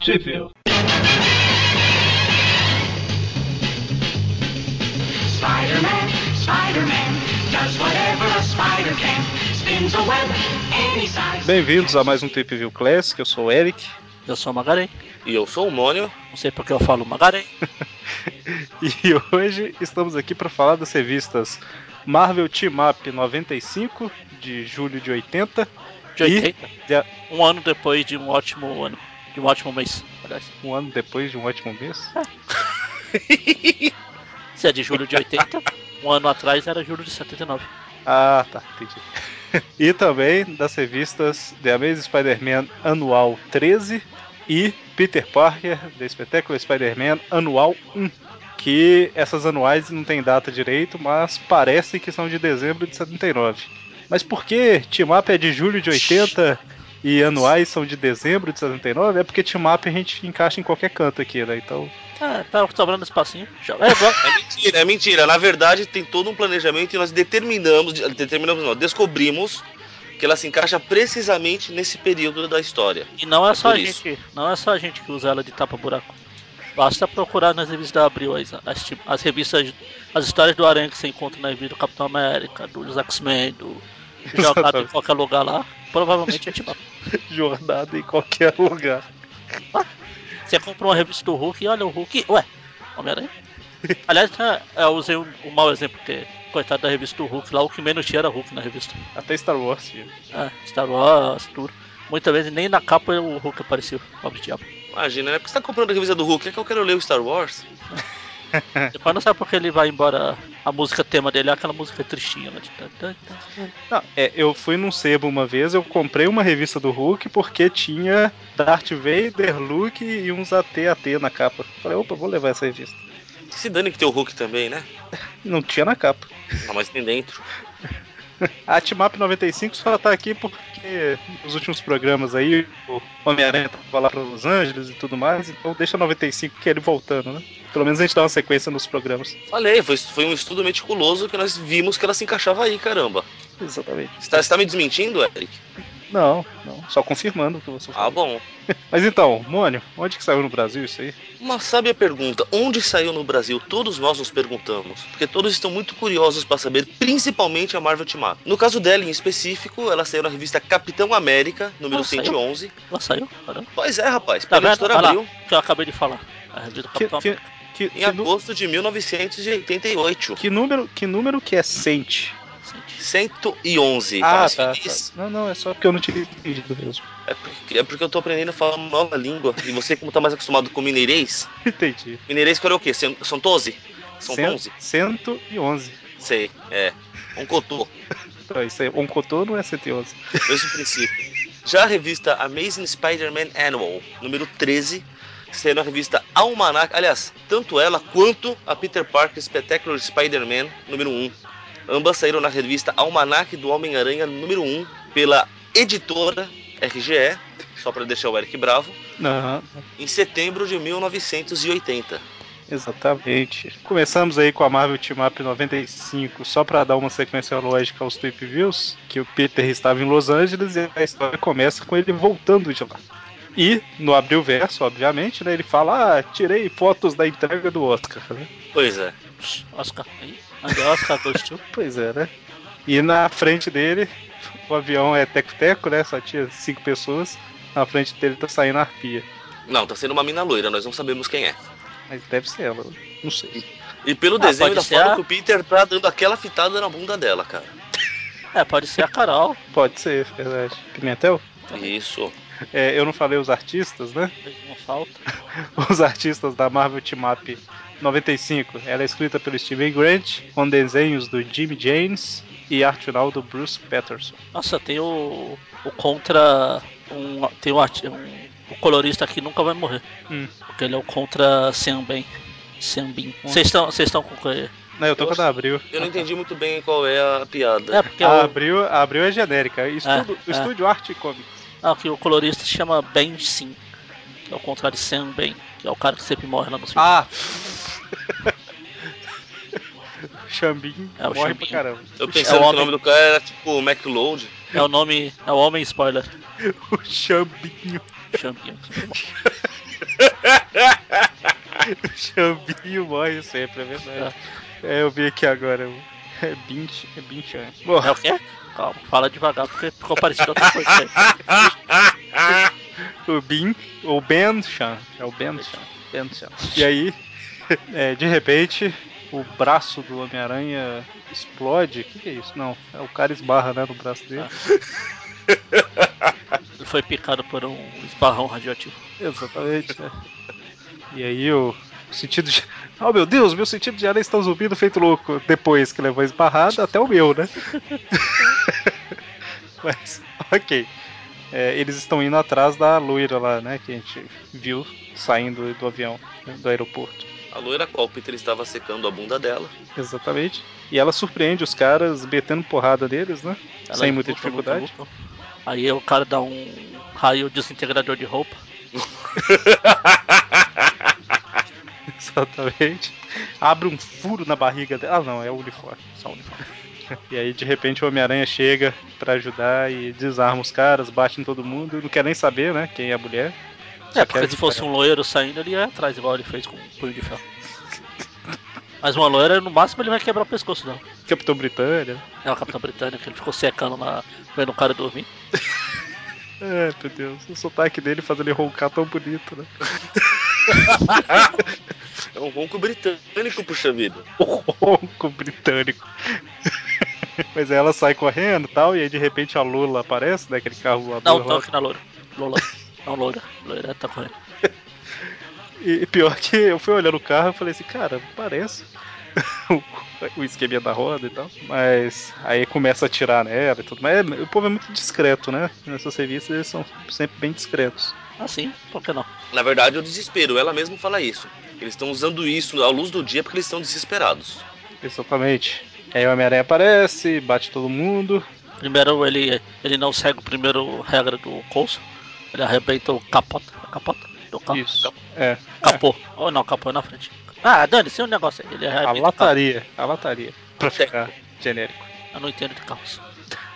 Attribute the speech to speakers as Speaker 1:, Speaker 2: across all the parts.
Speaker 1: Sheffield.
Speaker 2: Spider-Man, Spider-Man, does whatever a spider can. Spins a web any size.
Speaker 1: Bem-vindos a mais um Trip View Classic, eu sou o Eric.
Speaker 3: Eu sou o Magarém.
Speaker 4: E eu sou o Mônio.
Speaker 3: Não sei porque eu falo Magarém.
Speaker 1: E hoje estamos aqui para falar das revistas Marvel Team Up 95, de julho de 80,
Speaker 3: De
Speaker 1: Ih.
Speaker 3: 80. Um ano depois de um ótimo ano. De um ótimo mês. Aliás,
Speaker 1: um ano depois de um ótimo mês.
Speaker 3: se é de julho de 80, um ano atrás era julho de 79.
Speaker 1: Ah, tá, entendi. E também das revistas The Amazing Spider-Man Anual 13 e Peter Parker The Spectacular Spider-Man Anual 1. Que essas anuais não tem data direito, mas parece que são de dezembro de 79. Mas por que Team Up é de julho de 80 e anuais são de dezembro de 79? É porque Team Up a gente encaixa em qualquer canto aqui, né? Então,
Speaker 3: Ah, tá sobrando espacinho. Já é bom.
Speaker 4: É mentira, é mentira. Na verdade, tem todo um planejamento e nós determinamos, determinamos não, descobrimos que ela se encaixa precisamente nesse período da história.
Speaker 3: E não é só a
Speaker 4: por isso.
Speaker 3: gente. Não é só a gente que usa ela de tapa-buraco. Basta procurar nas revistas da Abril as, as, ti- as revistas, as histórias do Aranha que você encontra na revista do Capitão América, dos X-Men, do jogado em
Speaker 1: Exatamente.
Speaker 3: qualquer lugar lá. Provavelmente é tipo.
Speaker 1: jornada em qualquer lugar.
Speaker 3: Você compra uma revista do Hulk e olha o Hulk. Ué, Homem-Aranha. Aliás, né, eu usei um, um mau exemplo, porque, coitado da revista do Hulk lá, o que menos tinha era Hulk na revista.
Speaker 1: Até Star Wars, viu?
Speaker 3: É, Star Wars, tudo. Muitas vezes nem na capa o Hulk apareceu, pobre diabo.
Speaker 4: Imagina, né? Porque você tá comprando a revista do Hulk, é que eu quero ler o Star Wars.
Speaker 1: É.
Speaker 3: Depois não sabe porque ele vai embora. A música tema dele é aquela música tristinha lá de. tan, tan, tan.
Speaker 1: Não, é, eu fui num sebo uma vez, eu comprei uma revista do Hulk porque tinha Darth Vader, Luke e uns AT-AT na capa. Falei, opa, vou levar essa revista.
Speaker 4: Se dane que tem o Hulk também, né?
Speaker 1: E não tinha na capa.
Speaker 4: Não, mas tem dentro.
Speaker 1: A Timap 95 só tá aqui porque nos últimos programas aí o Homem-Aranha tava lá pra Los Angeles e tudo mais, então deixa 95 que é ele voltando, né? Pelo menos a gente dá uma sequência nos programas.
Speaker 4: Falei, foi, foi um estudo meticuloso que nós vimos que ela se encaixava aí, caramba.
Speaker 1: Exatamente.
Speaker 4: Você tá, você tá me desmentindo, Eric?
Speaker 1: Não, não, só confirmando o que você
Speaker 4: Ah,
Speaker 1: falou.
Speaker 4: bom.
Speaker 1: Mas então, Mônio, onde que saiu no Brasil isso aí?
Speaker 4: Uma sábia pergunta: onde saiu no Brasil? Todos nós nos perguntamos, porque todos estão muito curiosos para saber, principalmente a Marvel Team Up. No caso dela em específico, ela saiu na revista Capitão América, número
Speaker 3: Ah, saiu?
Speaker 4: 111.
Speaker 3: Ela saiu, caramba.
Speaker 4: Pois é, rapaz,
Speaker 3: Tá
Speaker 4: pela
Speaker 3: vendo?
Speaker 4: editora
Speaker 3: Olha lá,
Speaker 4: Abril,
Speaker 3: o que eu acabei de falar. A revista do
Speaker 1: Que,
Speaker 3: Capitão
Speaker 1: que-
Speaker 3: América.
Speaker 1: que-
Speaker 4: em
Speaker 1: que nu-
Speaker 4: agosto de 1988.
Speaker 1: Que número que número que é cente?
Speaker 3: Sente.
Speaker 4: 111.
Speaker 1: Ah,
Speaker 4: mais
Speaker 1: tá,
Speaker 4: feliz?
Speaker 1: tá. Não, não, é só porque eu não tinha entendido mesmo.
Speaker 4: assim, É, porque, é porque eu tô aprendendo a falar uma nova língua. E você, como tá mais acostumado com mineirês,
Speaker 1: Entendi.
Speaker 4: mineirês que era o quê? Cen- São 12? São
Speaker 1: Cento-
Speaker 4: 11?
Speaker 1: 111.
Speaker 4: Sei, é. Um cotô.
Speaker 1: Então, isso aí, Oncotô não é 111.
Speaker 4: mesmo princípio. Já a revista Amazing Spider-Man Annual, número 13, saiu na revista Almanac, aliás, tanto ela quanto a Peter Parker Spectacular Spider-Man, número 1. Ambas saíram na revista Almanac do Homem-Aranha, número 1, pela editora RGE, só para deixar o Eric bravo,
Speaker 1: Não,
Speaker 4: em setembro de 1980.
Speaker 1: exatamente. Começamos aí com a Marvel Team Up 95, só pra dar uma sequência lógica aos Trip Views, que o Peter estava em Los Angeles e a história começa com ele voltando de lá. E, no Abril Verso, obviamente, né, ele fala, ah, tirei fotos da entrega do Oscar, né?
Speaker 4: Pois é.
Speaker 3: Oscar. Aí. André Oscar gostou.
Speaker 1: Pois é, né? E na frente dele, o avião é teco-teco, né? Só tinha cinco pessoas. Na frente dele tá saindo a arpia.
Speaker 4: Não, tá sendo uma mina loira, nós não sabemos quem é.
Speaker 1: Mas deve ser ela, não sei.
Speaker 4: E pelo
Speaker 3: Ah,
Speaker 4: desenho
Speaker 3: pode
Speaker 4: da
Speaker 3: ser
Speaker 4: forma
Speaker 3: a-
Speaker 4: que o Peter tá dando aquela fitada na bunda dela, cara.
Speaker 3: É, pode ser a Carol.
Speaker 1: Pode ser, é verdade. Pimentel?
Speaker 3: Tá
Speaker 4: Isso.
Speaker 1: É, eu não falei os artistas, né?
Speaker 3: fez uma falta.
Speaker 1: Os artistas da Marvel Team Up 95. Ela é escrita pelo Steven Grant, com desenhos do Jimmy James e arte final do Bruce Patterson.
Speaker 3: Nossa, tem o. O contra. Um, tem um, arti- um, o colorista aqui nunca vai morrer.
Speaker 1: Hum.
Speaker 3: Porque ele é o contra Senbin. Senbin. Vocês estão vocês estão com. que-
Speaker 1: Não, eu tô com a da Abril.
Speaker 4: Eu não entendi muito bem qual é a piada.
Speaker 3: É, porque
Speaker 1: A
Speaker 3: o,
Speaker 1: Abril, a Abril é genérica. Estudo,
Speaker 3: é.
Speaker 1: Estúdio Arte e Comics.
Speaker 3: ah, que o colorista se chama Ben Sim. Que é o contrário de Senbin. Que é o cara que sempre morre lá no filme.
Speaker 1: Ah! Xambim
Speaker 3: É, o
Speaker 1: morre
Speaker 3: Xambim.
Speaker 1: pra caramba.
Speaker 4: Eu
Speaker 3: é o
Speaker 4: pensando que o
Speaker 3: homem.
Speaker 4: nome do cara era tipo MacLoad.
Speaker 3: É o nome. É o homem spoiler.
Speaker 1: O Xambinho.
Speaker 3: Xambinho.
Speaker 1: O Xambinho morre sempre, é verdade. É, eu vi aqui agora. É Binch, é Binchan. Bom,
Speaker 3: É o quê? Calma, fala devagar porque ficou parecido outra coisa. aí.
Speaker 1: É o Bin, o Ben Chan, é o Ben Chan, Ben Chan. E aí, é, de repente, o braço do Homem-Aranha explode. O que, que é isso? Não, é o cara esbarra né, no braço dele.
Speaker 3: Ele foi picado por um esbarrão radioativo.
Speaker 1: Exatamente. né? E aí o sentido de. Oh meu Deus, meu sentido de aranha está zumbido feito louco. Depois que levou a esbarrada, até o meu, né? Mas, ok. É, eles estão indo atrás da loira lá, né? Que a gente viu saindo do avião, né, do aeroporto.
Speaker 4: A loira a qual o Peter estava secando a bunda dela.
Speaker 1: Exatamente. E ela surpreende os caras metendo porrada neles, né?
Speaker 3: Ela é
Speaker 1: Sem muita
Speaker 3: luta, luta,
Speaker 1: dificuldade.
Speaker 3: luta. Aí o cara dá um raio desintegrador de roupa.
Speaker 1: Exatamente. Abre um furo na barriga dela. Ah, não, é o uniforme.
Speaker 3: Só um uniforme.
Speaker 1: E aí, de repente, o Homem-Aranha chega pra ajudar e desarma os caras, bate em todo mundo. Não quer nem saber, né? Quem é a mulher.
Speaker 3: É,
Speaker 1: quero
Speaker 3: porque se fosse um loiro saindo, ele ia atrás, igual ele fez com um punho de ferro. Mas uma loira, no máximo, ele vai quebrar o pescoço dela.
Speaker 1: Capitão Britânia.
Speaker 3: É o Capitão Britânico, ele ficou secando lá, vendo o cara dormir.
Speaker 1: É, meu Deus. O sotaque dele faz ele roncar tão bonito, né?
Speaker 4: É um ronco britânico, puxa vida.
Speaker 1: O ronco britânico. Mas aí ela sai correndo e tal, e aí de repente a Lula aparece, né? Aquele carro
Speaker 3: Dá
Speaker 1: voador
Speaker 3: um
Speaker 1: lá.
Speaker 3: toque na loira. Lola. Não, loira. Loira tá correndo.
Speaker 1: E e pior que eu fui olhando o carro e falei assim, cara, não parece o- o esqueminha da roda e tal. Mas aí começa a atirar nela e tudo. Mas é- o povo é muito discreto, né? Nessas revistas eles são sempre bem discretos.
Speaker 3: Assim, por que não?
Speaker 4: Na verdade, é o desespero. Ela mesma fala isso. Eles estão usando isso à luz do dia porque eles estão desesperados.
Speaker 1: Exatamente. Aí o Homem-Aranha aparece, bate todo mundo.
Speaker 3: Primeiro ele, ele não segue o primeiro regra do Coulson. Ele arrebenta o capota. a Capota? Do carro.
Speaker 1: Isso. É.
Speaker 3: Capô. Ou não, capô é na frente. Ah, dane-se o negócio aí. Ele
Speaker 1: A
Speaker 3: arrebenta o carro.
Speaker 1: lataria. A lataria. Pra ficar genérico.
Speaker 3: Eu não entendo de carros.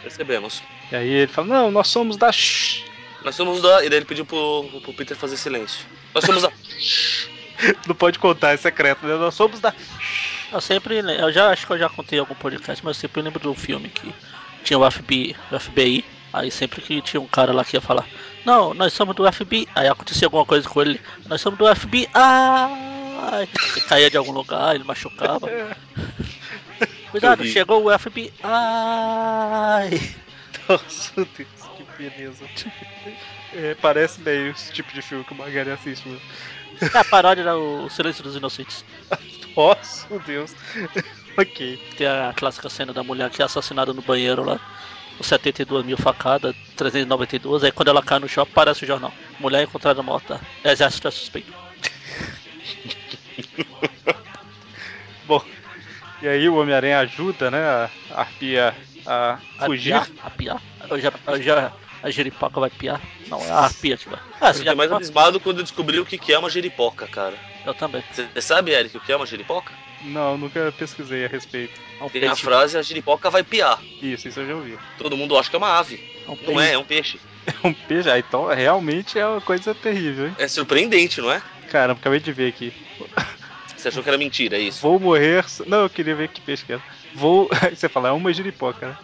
Speaker 4: Percebemos.
Speaker 1: E aí ele fala, não, nós somos da Sh.
Speaker 4: Nós somos da. E daí ele pediu pro, pro Peter fazer silêncio. Nós somos da.
Speaker 1: Não pode contar, é secreto, né? Nós somos da.
Speaker 3: Eu sempre. le- Eu já acho que eu já contei em algum podcast, mas eu sempre lembro de um filme que tinha o FBI. O FBI aí sempre que tinha um cara lá que ia falar: Não, nós somos do FBI. Aí acontecia alguma coisa com ele: Nós somos do FBI. Ai! Ele caía de algum lugar, ele machucava. Cuidado,
Speaker 4: Eu vi.
Speaker 3: chegou o FBI. Ai!
Speaker 1: Nossa, Deus, que beleza. É, parece meio esse tipo de filme que o Magari assiste mesmo.
Speaker 3: É a paródia do Silêncio dos Inocentes.
Speaker 1: Nossa, Deus. ok.
Speaker 3: Tem a clássica cena da mulher que é assassinada no banheiro lá. com 72 mil facadas, 392. Aí quando ela cai no chão, aparece o jornal. Mulher encontrada morta. Exército é suspeito.
Speaker 1: Bom, e aí o Homem-Aranha ajuda, né, a a Arpia a
Speaker 3: A
Speaker 1: fugir.
Speaker 3: piar, A piar. Eu já, eu já, a jeripaca vai piar. Não, é a arpia que vai.
Speaker 4: Eu
Speaker 3: Ah, você
Speaker 4: fiquei
Speaker 3: já
Speaker 4: mais um
Speaker 3: mais
Speaker 4: abismado quando eu descobri o que que é uma jeripoca, cara.
Speaker 3: Eu também.
Speaker 4: Você sabe, Eric, o que é uma jeripoca?
Speaker 1: Não, nunca pesquisei a respeito.
Speaker 3: É um
Speaker 4: Tem a
Speaker 3: peixe.
Speaker 4: frase, a jeripoca vai piar.
Speaker 1: Isso, isso eu já ouvi.
Speaker 4: Todo mundo acha que é uma ave.
Speaker 3: É um peixe.
Speaker 4: Não é, é um peixe.
Speaker 1: É um peixe, ah, então realmente é uma coisa terrível, hein?
Speaker 4: É surpreendente, não é?
Speaker 1: Caramba, acabei de ver aqui.
Speaker 4: Você achou que era mentira, é isso?
Speaker 1: Vou morrer. s- Não, eu queria ver que peixe que era. Vou. Aí Você fala, é uma giripoca, né?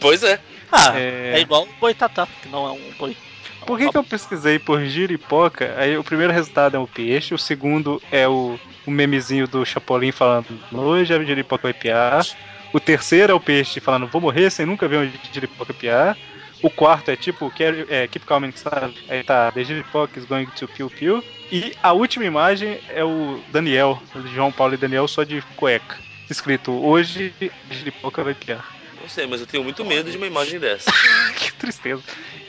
Speaker 4: Pois é.
Speaker 3: Ah,
Speaker 1: É.
Speaker 3: é igual um boi tatá, que não é um boi. É um
Speaker 1: Por que, que eu pesquisei por giripoca? Aí o primeiro resultado é o peixe, o segundo é o, o memezinho do Chapolin falando hoje a giripoca vai piar. O terceiro é o peixe falando vou morrer sem nunca ver uma giripoca piar. O quarto é tipo "Care- é, Keep Calm and Style". Aí tá The Giripoca is going to piu piu. E a última imagem é o Daniel, João Paulo e Daniel só de cueca. Escrito hoje a giripoca vai piar.
Speaker 4: Não sei, mas eu tenho muito medo de uma imagem dessa.
Speaker 1: que tristeza.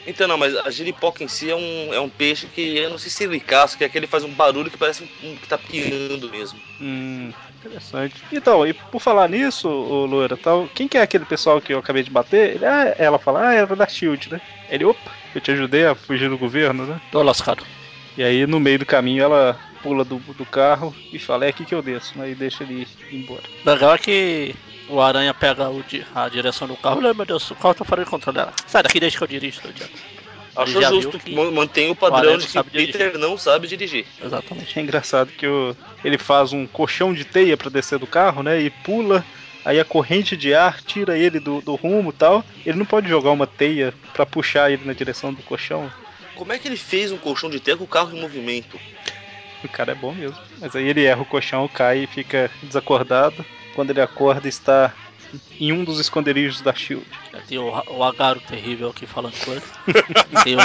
Speaker 4: Então, não, mas a giripoca em si é um, é um peixe que eu não sei se ele caça, que é aquele que faz um barulho que parece um, um que tá piando mesmo.
Speaker 1: Hum, interessante. Então, e por falar nisso, ô Loura, tal, quem que é aquele pessoal que eu acabei de bater? Ele, ah, ela fala, ah, era da Shield, né? Ele, opa, eu te ajudei a fugir do governo, né?
Speaker 3: Tô lascado.
Speaker 1: E aí, no meio do caminho, ela pula do, do carro e fala, é aqui que eu desço, né? E deixa ele ir embora.
Speaker 3: Legal é que o aranha pega o di- a direção do carro. Ai, meu Deus, o carro tá fora de controle. Ela, Sai daqui, deixa que eu dirijo. Tô idiota.
Speaker 4: Acho
Speaker 3: Ele já viu
Speaker 4: justo,
Speaker 3: que
Speaker 4: man- mantém o padrão
Speaker 3: Aranha
Speaker 4: de que
Speaker 3: sabe dirigir.
Speaker 4: Peter não sabe dirigir.
Speaker 3: Exatamente.
Speaker 1: É engraçado que o- ele faz um colchão de teia pra descer do carro, né? E pula. Aí a corrente de ar tira ele do, do rumo e tal. Ele não pode jogar uma teia pra puxar ele na direção do colchão.
Speaker 4: Como é que ele fez um colchão de teia com o carro em movimento?
Speaker 1: O cara é bom mesmo. Mas aí ele erra o colchão, cai e fica desacordado. Quando ele acorda, está em um dos esconderijos da Shield.
Speaker 3: É, Tem o, o Agaro terrível aqui falando com ele. tem, o,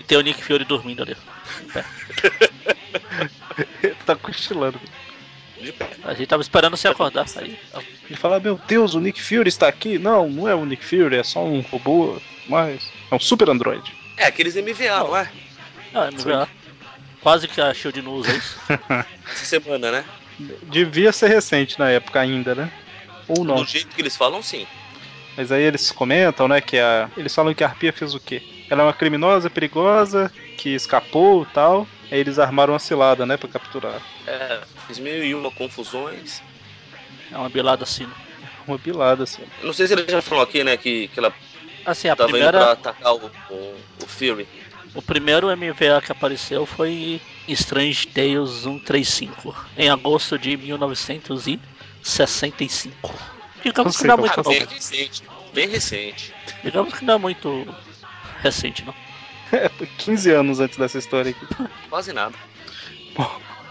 Speaker 3: e tem o Nick Fury dormindo ali.
Speaker 1: ele tá cochilando.
Speaker 4: De pé.
Speaker 3: A gente tava esperando você acordar. Aí,
Speaker 1: Ele fala: Meu Deus, o Nick Fury está aqui. Não, não é o Nick Fury, é só um robô. Mas é um super androide.
Speaker 4: É, aqueles MVA, não é?
Speaker 3: ah, MVA. Quase que a Shield não usa é isso.
Speaker 4: Essa semana, né?
Speaker 1: Devia ser recente na época ainda, né? Ou não.
Speaker 4: Do jeito que eles falam, sim.
Speaker 1: Mas aí eles comentam, né, que a. Eles falam que a Arpia fez o quê? Ela é uma criminosa perigosa, que escapou e tal. Aí eles armaram uma cilada, né, pra capturar.
Speaker 4: É, fiz mil e uma confusões.
Speaker 3: É uma bilada assim. né?
Speaker 1: Uma bilada, assim.
Speaker 4: Eu não sei se ele já falou aqui, né, que, que ela
Speaker 3: Assim, a
Speaker 4: tava indo pra
Speaker 3: primeira,
Speaker 4: atacar o, o, o Fury.
Speaker 3: o primeiro MVA que apareceu foi em Strange Tales 135, em agosto de 1965. Digamos que não é
Speaker 1: Não sei
Speaker 3: muito
Speaker 4: Ah, bem
Speaker 3: novo.
Speaker 4: recente. Bem recente.
Speaker 3: Digamos que não é muito recente, não.
Speaker 1: É, foi 15 anos antes dessa história aqui.
Speaker 4: Quase nada.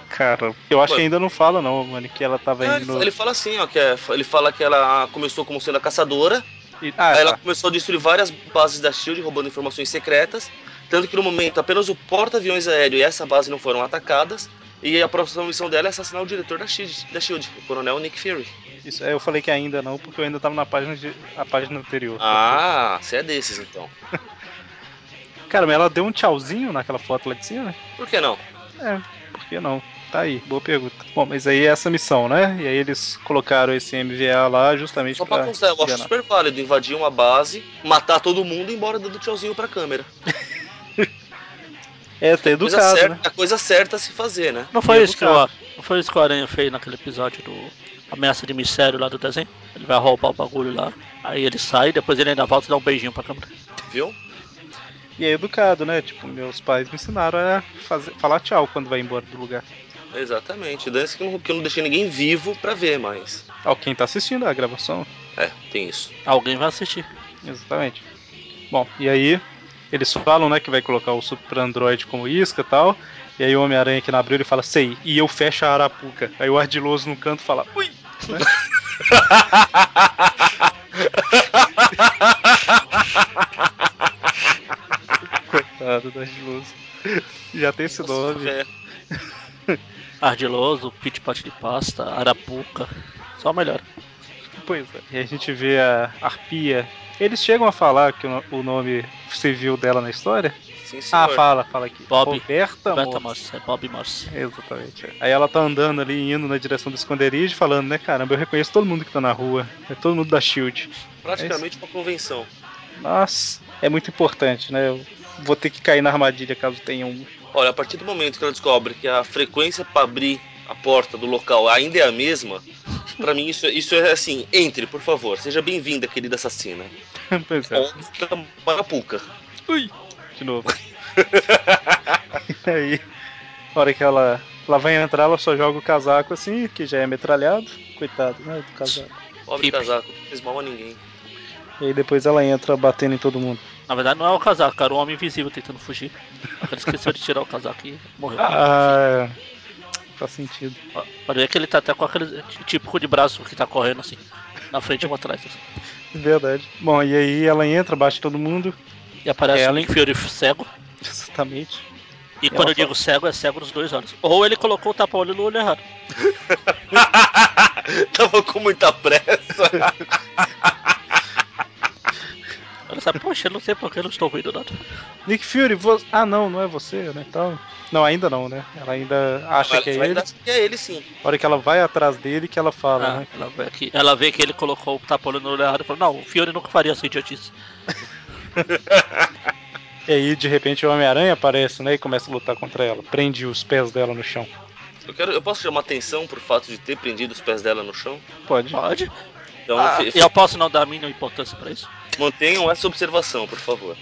Speaker 1: Cara, eu acho
Speaker 4: Mano.
Speaker 1: que ainda não fala, não, mano, que ela tava
Speaker 4: Ah,
Speaker 1: indo. no-
Speaker 4: ele fala assim, ó, que é- ele fala que ela começou como sendo a caçadora,
Speaker 1: e- Ah,
Speaker 4: aí ela
Speaker 1: tá.
Speaker 4: começou a destruir várias bases da SHIELD, roubando informações secretas, tanto que no momento apenas o porta-aviões aéreo e essa base não foram atacadas, e a próxima missão dela é assassinar o diretor da SHIELD, da Shield o coronel Nick Fury.
Speaker 1: Isso, é, eu falei que ainda não, porque eu ainda tava na página, de... a página anterior.
Speaker 4: Ah, você é desses então.
Speaker 1: Cara, mas ela deu um tchauzinho naquela foto lá de cima?
Speaker 4: Por que não?
Speaker 1: Por que não? Tá aí, boa pergunta. Bom, mas aí é essa missão, né? E aí eles colocaram esse MVA lá justamente
Speaker 4: Só pra constar, eu acho
Speaker 1: enganar.
Speaker 4: super válido invadir uma base, matar todo mundo e ir embora dando tchauzinho pra câmera.
Speaker 1: É, tá
Speaker 4: Coisa
Speaker 1: educado,
Speaker 4: certa,
Speaker 1: né?
Speaker 4: A coisa certa a se fazer, né?
Speaker 3: Não foi,
Speaker 1: Ia
Speaker 3: isso que
Speaker 1: buscar.
Speaker 3: o, não foi isso que o Aranha fez naquele episódio do Ameaça de Mistério lá do desenho? Ele vai roubar o bagulho lá, aí ele sai, depois ele ainda volta e dá um beijinho pra câmera.
Speaker 4: Viu?
Speaker 1: E é educado, né? Tipo, meus pais me ensinaram a fazer, falar tchau quando vai embora do lugar.
Speaker 4: Exatamente. Dance que eu não, que eu não deixei ninguém vivo pra ver, mas.
Speaker 1: Ó, quem tá assistindo a gravação.
Speaker 4: É, tem isso.
Speaker 3: Alguém vai assistir.
Speaker 1: Exatamente. Bom, e aí eles falam, né, que vai colocar o Super Android como isca e tal. E aí o Homem-Aranha aqui na abril ele fala, sei, e eu fecho a arapuca. Aí o ardiloso no canto fala, ui! né? Coitado do ardiloso. Já tem esse nome.
Speaker 4: É,
Speaker 3: Ardiloso, pit pote de pasta, arapuca. Só melhor.
Speaker 1: Pois é. E a gente vê a Arpia. Eles chegam a falar que o no- o nome civil dela na história?
Speaker 4: sim,
Speaker 1: Ah,
Speaker 4: senhor.
Speaker 1: fala, fala aqui.
Speaker 3: Bob.
Speaker 1: Roberta,
Speaker 3: Beta
Speaker 1: Roberta
Speaker 3: Morse, é Bob Morse.
Speaker 1: Exatamente. é. Aí ela tá andando ali, indo na direção do esconderijo, falando, né, caramba, eu reconheço todo mundo que tá na rua. É todo mundo da Shield.
Speaker 4: Praticamente uma convenção.
Speaker 1: Nossa, é muito importante, né? Eu vou ter que cair na armadilha caso tenha um.
Speaker 4: Olha, a partir do momento que ela descobre que a frequência pra abrir a porta do local ainda é a mesma, pra mim isso, é- isso é assim: entre, por favor. Seja bem-vinda, querida assassina.
Speaker 1: pois é,
Speaker 4: Óbvio que é uma marapuca.
Speaker 1: de novo. Aí, na hora que ela, ela vai entrar, ela só joga o casaco assim, que já é metralhado. Coitado, né, do casaco.
Speaker 4: Pobre
Speaker 3: Hip.
Speaker 4: casaco, não fez mal a ninguém.
Speaker 1: E aí depois ela entra batendo em todo mundo.
Speaker 3: Na verdade não é o casaco, cara, um homem invisível tentando fugir. Ele esqueceu de tirar o casaco e morreu.
Speaker 1: Ah, faz sentido.
Speaker 3: Ó, Pode ver que ele tá até com aquele típico de braço que tá correndo assim. Na frente e um atrás. assim.
Speaker 1: Verdade. Bom, e aí ela entra, bate todo mundo.
Speaker 3: E aparece
Speaker 1: Ela-
Speaker 3: o Link Fury cego.
Speaker 1: Exatamente.
Speaker 3: E
Speaker 1: Ela
Speaker 3: quando
Speaker 1: fala-
Speaker 3: eu digo cego, é cego nos dois olhos. Ou ele colocou o tapa-olho no olho errado.
Speaker 4: Tava com muita pressa.
Speaker 3: Ela sabe, poxa, eu não sei porque eu não estou ouvindo nada.
Speaker 1: Nick Fury, vo... ah não, não é você, né? Então... Não, ainda não, né? Ela ainda acha
Speaker 4: Ela
Speaker 1: que é
Speaker 4: vai
Speaker 1: ele.
Speaker 4: dar- que é ele sim.
Speaker 1: A hora que ela vai atrás dele que ela fala,
Speaker 3: Ah,
Speaker 1: né?
Speaker 3: ela, vê que, ela vê que ele colocou o tapa-olho no olho errado e falou, não, o Fiore nunca faria essa idiotice.
Speaker 1: E aí, de repente, o Homem-Aranha aparece, né? E começa a lutar contra ela. Prende os pés dela no chão.
Speaker 3: Ah,
Speaker 4: Eu, quero, eu posso chamar atenção por fato de ter prendido os pés dela no chão?
Speaker 1: Pode.
Speaker 3: Pode.
Speaker 4: Então,
Speaker 3: Ah,
Speaker 4: fi-
Speaker 3: e eu posso não dar a mínima importância pra isso?
Speaker 4: mantenham essa observação, por favor.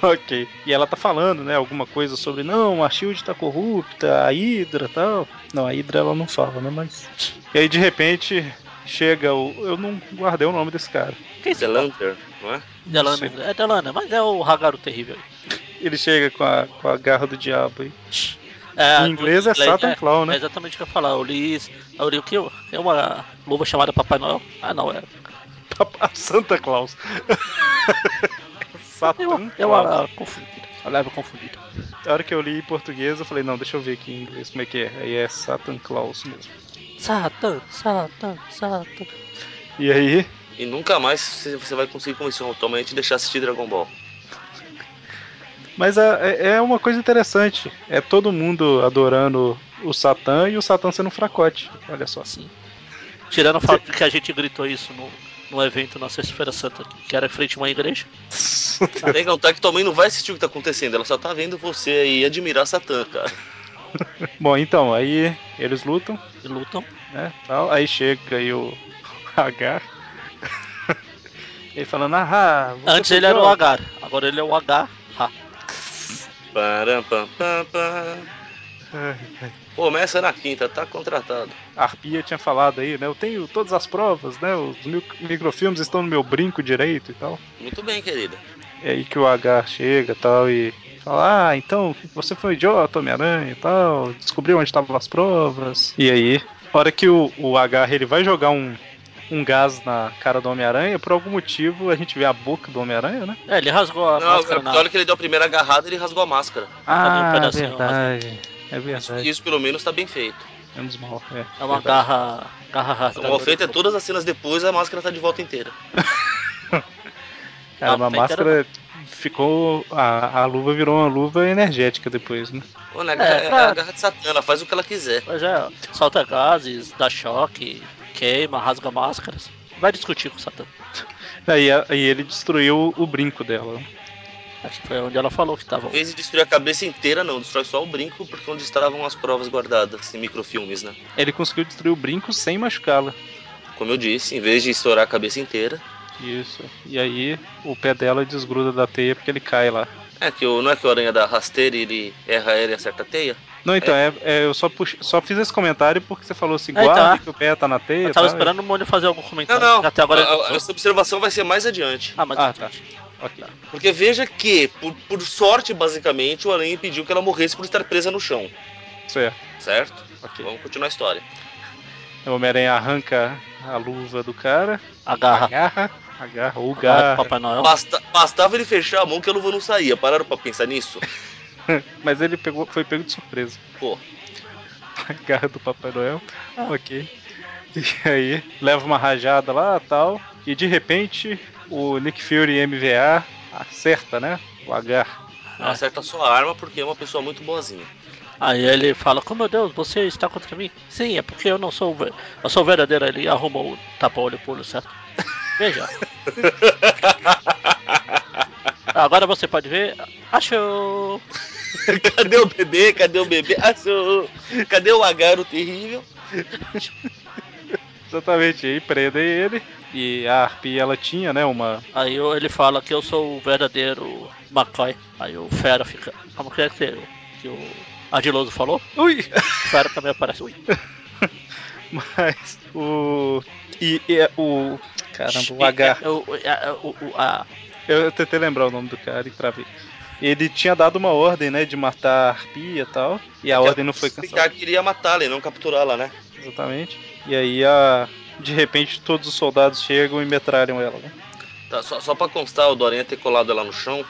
Speaker 1: Ok. E ela tá falando, né? Alguma coisa sobre não, a Shield tá corrupta, a Hydra tal. Não, a Hydra ela não fala, né? Mas. E aí de repente chega o. Eu não guardei o nome desse cara.
Speaker 3: Quem
Speaker 4: The
Speaker 3: se fala?
Speaker 4: Lantern, não é?
Speaker 3: Delana. É Delana, mas é o Hagaru terrível aí.
Speaker 1: Ele chega com a, com a garra do diabo aí.
Speaker 3: É,
Speaker 1: Em inglês é Satan Claw, né?
Speaker 3: É exatamente o que eu ia falar. Eu li, eu li o que? É uma luva chamada Papai Noel? Ah, não, é.
Speaker 1: Papá Santa Claus.
Speaker 3: É
Speaker 1: Satan
Speaker 3: uma, é
Speaker 1: Claus.
Speaker 3: uma confundida. A leva confundida.
Speaker 1: A hora que eu li em português, eu falei, não, deixa eu ver aqui em inglês como é que é. Aí é Satan Claus mesmo.
Speaker 3: Satan, Satan, Satan.
Speaker 1: E aí,
Speaker 4: E nunca mais você você vai conseguir convencer o Tom a gente deixar assistir Dragon Ball.
Speaker 1: Mas a- é, é uma coisa interessante. É todo mundo adorando o Satã e o Satã sendo um fracote. Olha só.
Speaker 3: Assim. Tirando o fato de que a gente gritou isso no, no evento na Sexta-feira Santa, que era em frente a uma igreja.
Speaker 4: Tem que contar que tua mãe não vai assistir o que tá acontecendo, ela só tá vendo você aí admirar Satã, cara.
Speaker 1: Bom, então, aí eles lutam,
Speaker 3: E lutam.
Speaker 1: né? Tal. Aí chega aí o H. ele falando, ah, você
Speaker 3: Antes ele era
Speaker 1: perdeu."
Speaker 3: o H, agora ele é o H. Ha.
Speaker 4: Param, pam, pam, pam.
Speaker 1: Ai,
Speaker 4: Começa na quinta, tá contratado.
Speaker 1: A Arpia tinha falado aí, né? Eu tenho todas as provas, né? Os mil- microfilmes estão no meu brinco direito e tal.
Speaker 4: Muito bem, querida.
Speaker 1: É aí que o H chega e tal e fala: Ah, então você foi um idiota, Homem-Aranha e tal, descobriu onde estavam as provas. E aí, a hora que o, o H ele vai jogar um, um gás na cara do Homem-Aranha, por algum motivo a gente vê a boca do Homem-Aranha, né?
Speaker 3: É, ele rasgou a
Speaker 4: Não,
Speaker 3: máscara
Speaker 4: é
Speaker 3: na.
Speaker 4: porque a hora que ele deu a primeira agarrada, ele rasgou a máscara.
Speaker 3: Ah, um pedacinho,
Speaker 1: É
Speaker 4: Isso,
Speaker 1: verdade.
Speaker 4: isso pelo menos tá bem feito.
Speaker 1: Menos mal. É,
Speaker 3: É uma
Speaker 1: verdade.
Speaker 3: garra. Garra
Speaker 4: O
Speaker 3: rasgada.
Speaker 4: mal feito é todas as cenas depois, a máscara tá de volta inteira.
Speaker 1: Cara,
Speaker 3: Não,
Speaker 1: uma
Speaker 3: tem que era-
Speaker 1: máscara ficou. A, a luva virou uma luva energética depois, né?
Speaker 4: Ô, né,
Speaker 3: É,
Speaker 4: é, é
Speaker 3: pra-
Speaker 4: a garra de Satã, ela faz o que ela quiser.
Speaker 3: Mas é, solta gases, dá choque, queima, rasga máscaras. Vai discutir com o Satã.
Speaker 1: Aí, a- aí ele destruiu o brinco dela.
Speaker 3: Aqui foi onde ela falou que tava.
Speaker 4: Em vez de destruir a cabeça inteira, não, destrói só o brinco, porque onde estavam as provas guardadas em microfilmes, né?
Speaker 1: Ele conseguiu destruir o brinco sem machucá-la.
Speaker 4: Como eu disse, em vez de estourar a cabeça inteira.
Speaker 1: Isso. E aí o pé dela desgruda da teia porque ele cai lá.
Speaker 4: É que o, não é que o aranha dá rasteira e ele erra ele e acerta a teia?
Speaker 1: Não, então, é, é, eu só, pux- só fiz esse comentário porque você falou assim,
Speaker 3: É,
Speaker 1: guarda
Speaker 3: então, é.
Speaker 1: que o pé tá na teia.
Speaker 3: Eu tava
Speaker 1: tal, e-
Speaker 3: esperando o Mônio fazer algum
Speaker 4: Não,
Speaker 3: comentário.
Speaker 4: não. Ah,
Speaker 3: Até agora.
Speaker 4: A- a- essa observação vai ser mais adiante.
Speaker 3: Ah, mas.
Speaker 1: Ah, tá. Ok.
Speaker 4: Porque veja que, por, por sorte, basicamente, o aranha impediu que ela morresse por estar presa no chão,
Speaker 1: Certo.
Speaker 4: certo?
Speaker 1: é. Ok.
Speaker 4: Vamos continuar a história.
Speaker 1: O Homem-Aranha arranca a luva do cara,
Speaker 3: A garra.
Speaker 1: agarra, agarra ou
Speaker 3: A garra do
Speaker 1: garra.
Speaker 3: Papai Noel.
Speaker 4: Basta- bastava ele fechar a mão que a luva não saía. Pararam pra pensar nisso?
Speaker 1: Mas ele pegou, foi pego de surpresa.
Speaker 4: Pô,
Speaker 1: a garra do Papai Noel. Ah, Ok. E aí, leva uma rajada lá tal. E de repente, o Nick Fury MVA acerta, né? O H.
Speaker 4: não acerta só a arma porque é uma pessoa muito boazinha.
Speaker 3: Aí ele fala: Como meu Deus, você está contra mim? Sim, é porque eu não sou. o ver- Eu sou o verdadeiro. Ele arrumou o tapa-olho pulo, certo? Veja. agora você pode ver. Achou!
Speaker 4: Cadê o bebê? Cadê o bebê? Ah, seu- Cadê o agarro terrível?
Speaker 1: Exatamente. Aí prendem ele. E a Harpy, ela tinha, né? Uma.
Speaker 3: Aí eu- ele fala que eu sou o verdadeiro McCoy. Aí o Fera fica. Como que é que, o- que o Ardiloso falou?
Speaker 1: Ui!
Speaker 3: O Fera também aparece. Ui.
Speaker 1: Mas o. E, e é o. Caramba, o H.
Speaker 3: É, o- é, é, o- o- a-
Speaker 1: é, Eu, eu tentei lembrar o nome do cara e travei. Ele tinha dado uma ordem, né? De matar a Harpy e tal. E a ordem não foi cancelada.
Speaker 4: Explicar que iria matá-la e não capturá-la, né?
Speaker 1: Exatamente. E aí a. De repente todos os soldados chegam e metralham ela, né?
Speaker 4: Tá, só, só pra constar, o do aranha ter colado ela no chão.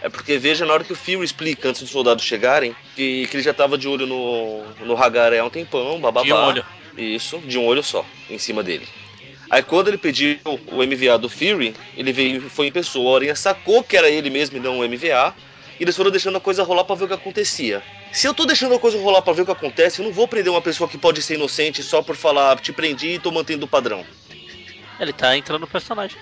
Speaker 4: É porque veja na hora que o Fury explica antes dos soldados chegarem que, que ele já tava de olho no, no Hagar há um tempão, bababá.
Speaker 3: de um olho.
Speaker 4: Isso, de um olho só, em cima dele. Aí quando ele pediu o MVA do Fury, ele veio, foi em pessoa, a Aranha sacou que era ele mesmo e não o MVA, e eles foram deixando a coisa rolar pra ver o que acontecia. Se eu tô deixando a coisa rolar pra ver o que acontece, eu não vou prender uma pessoa que pode ser inocente só por falar, "Ah, te prendi e tô mantendo o padrão.
Speaker 3: Ele tá entrando no personagem.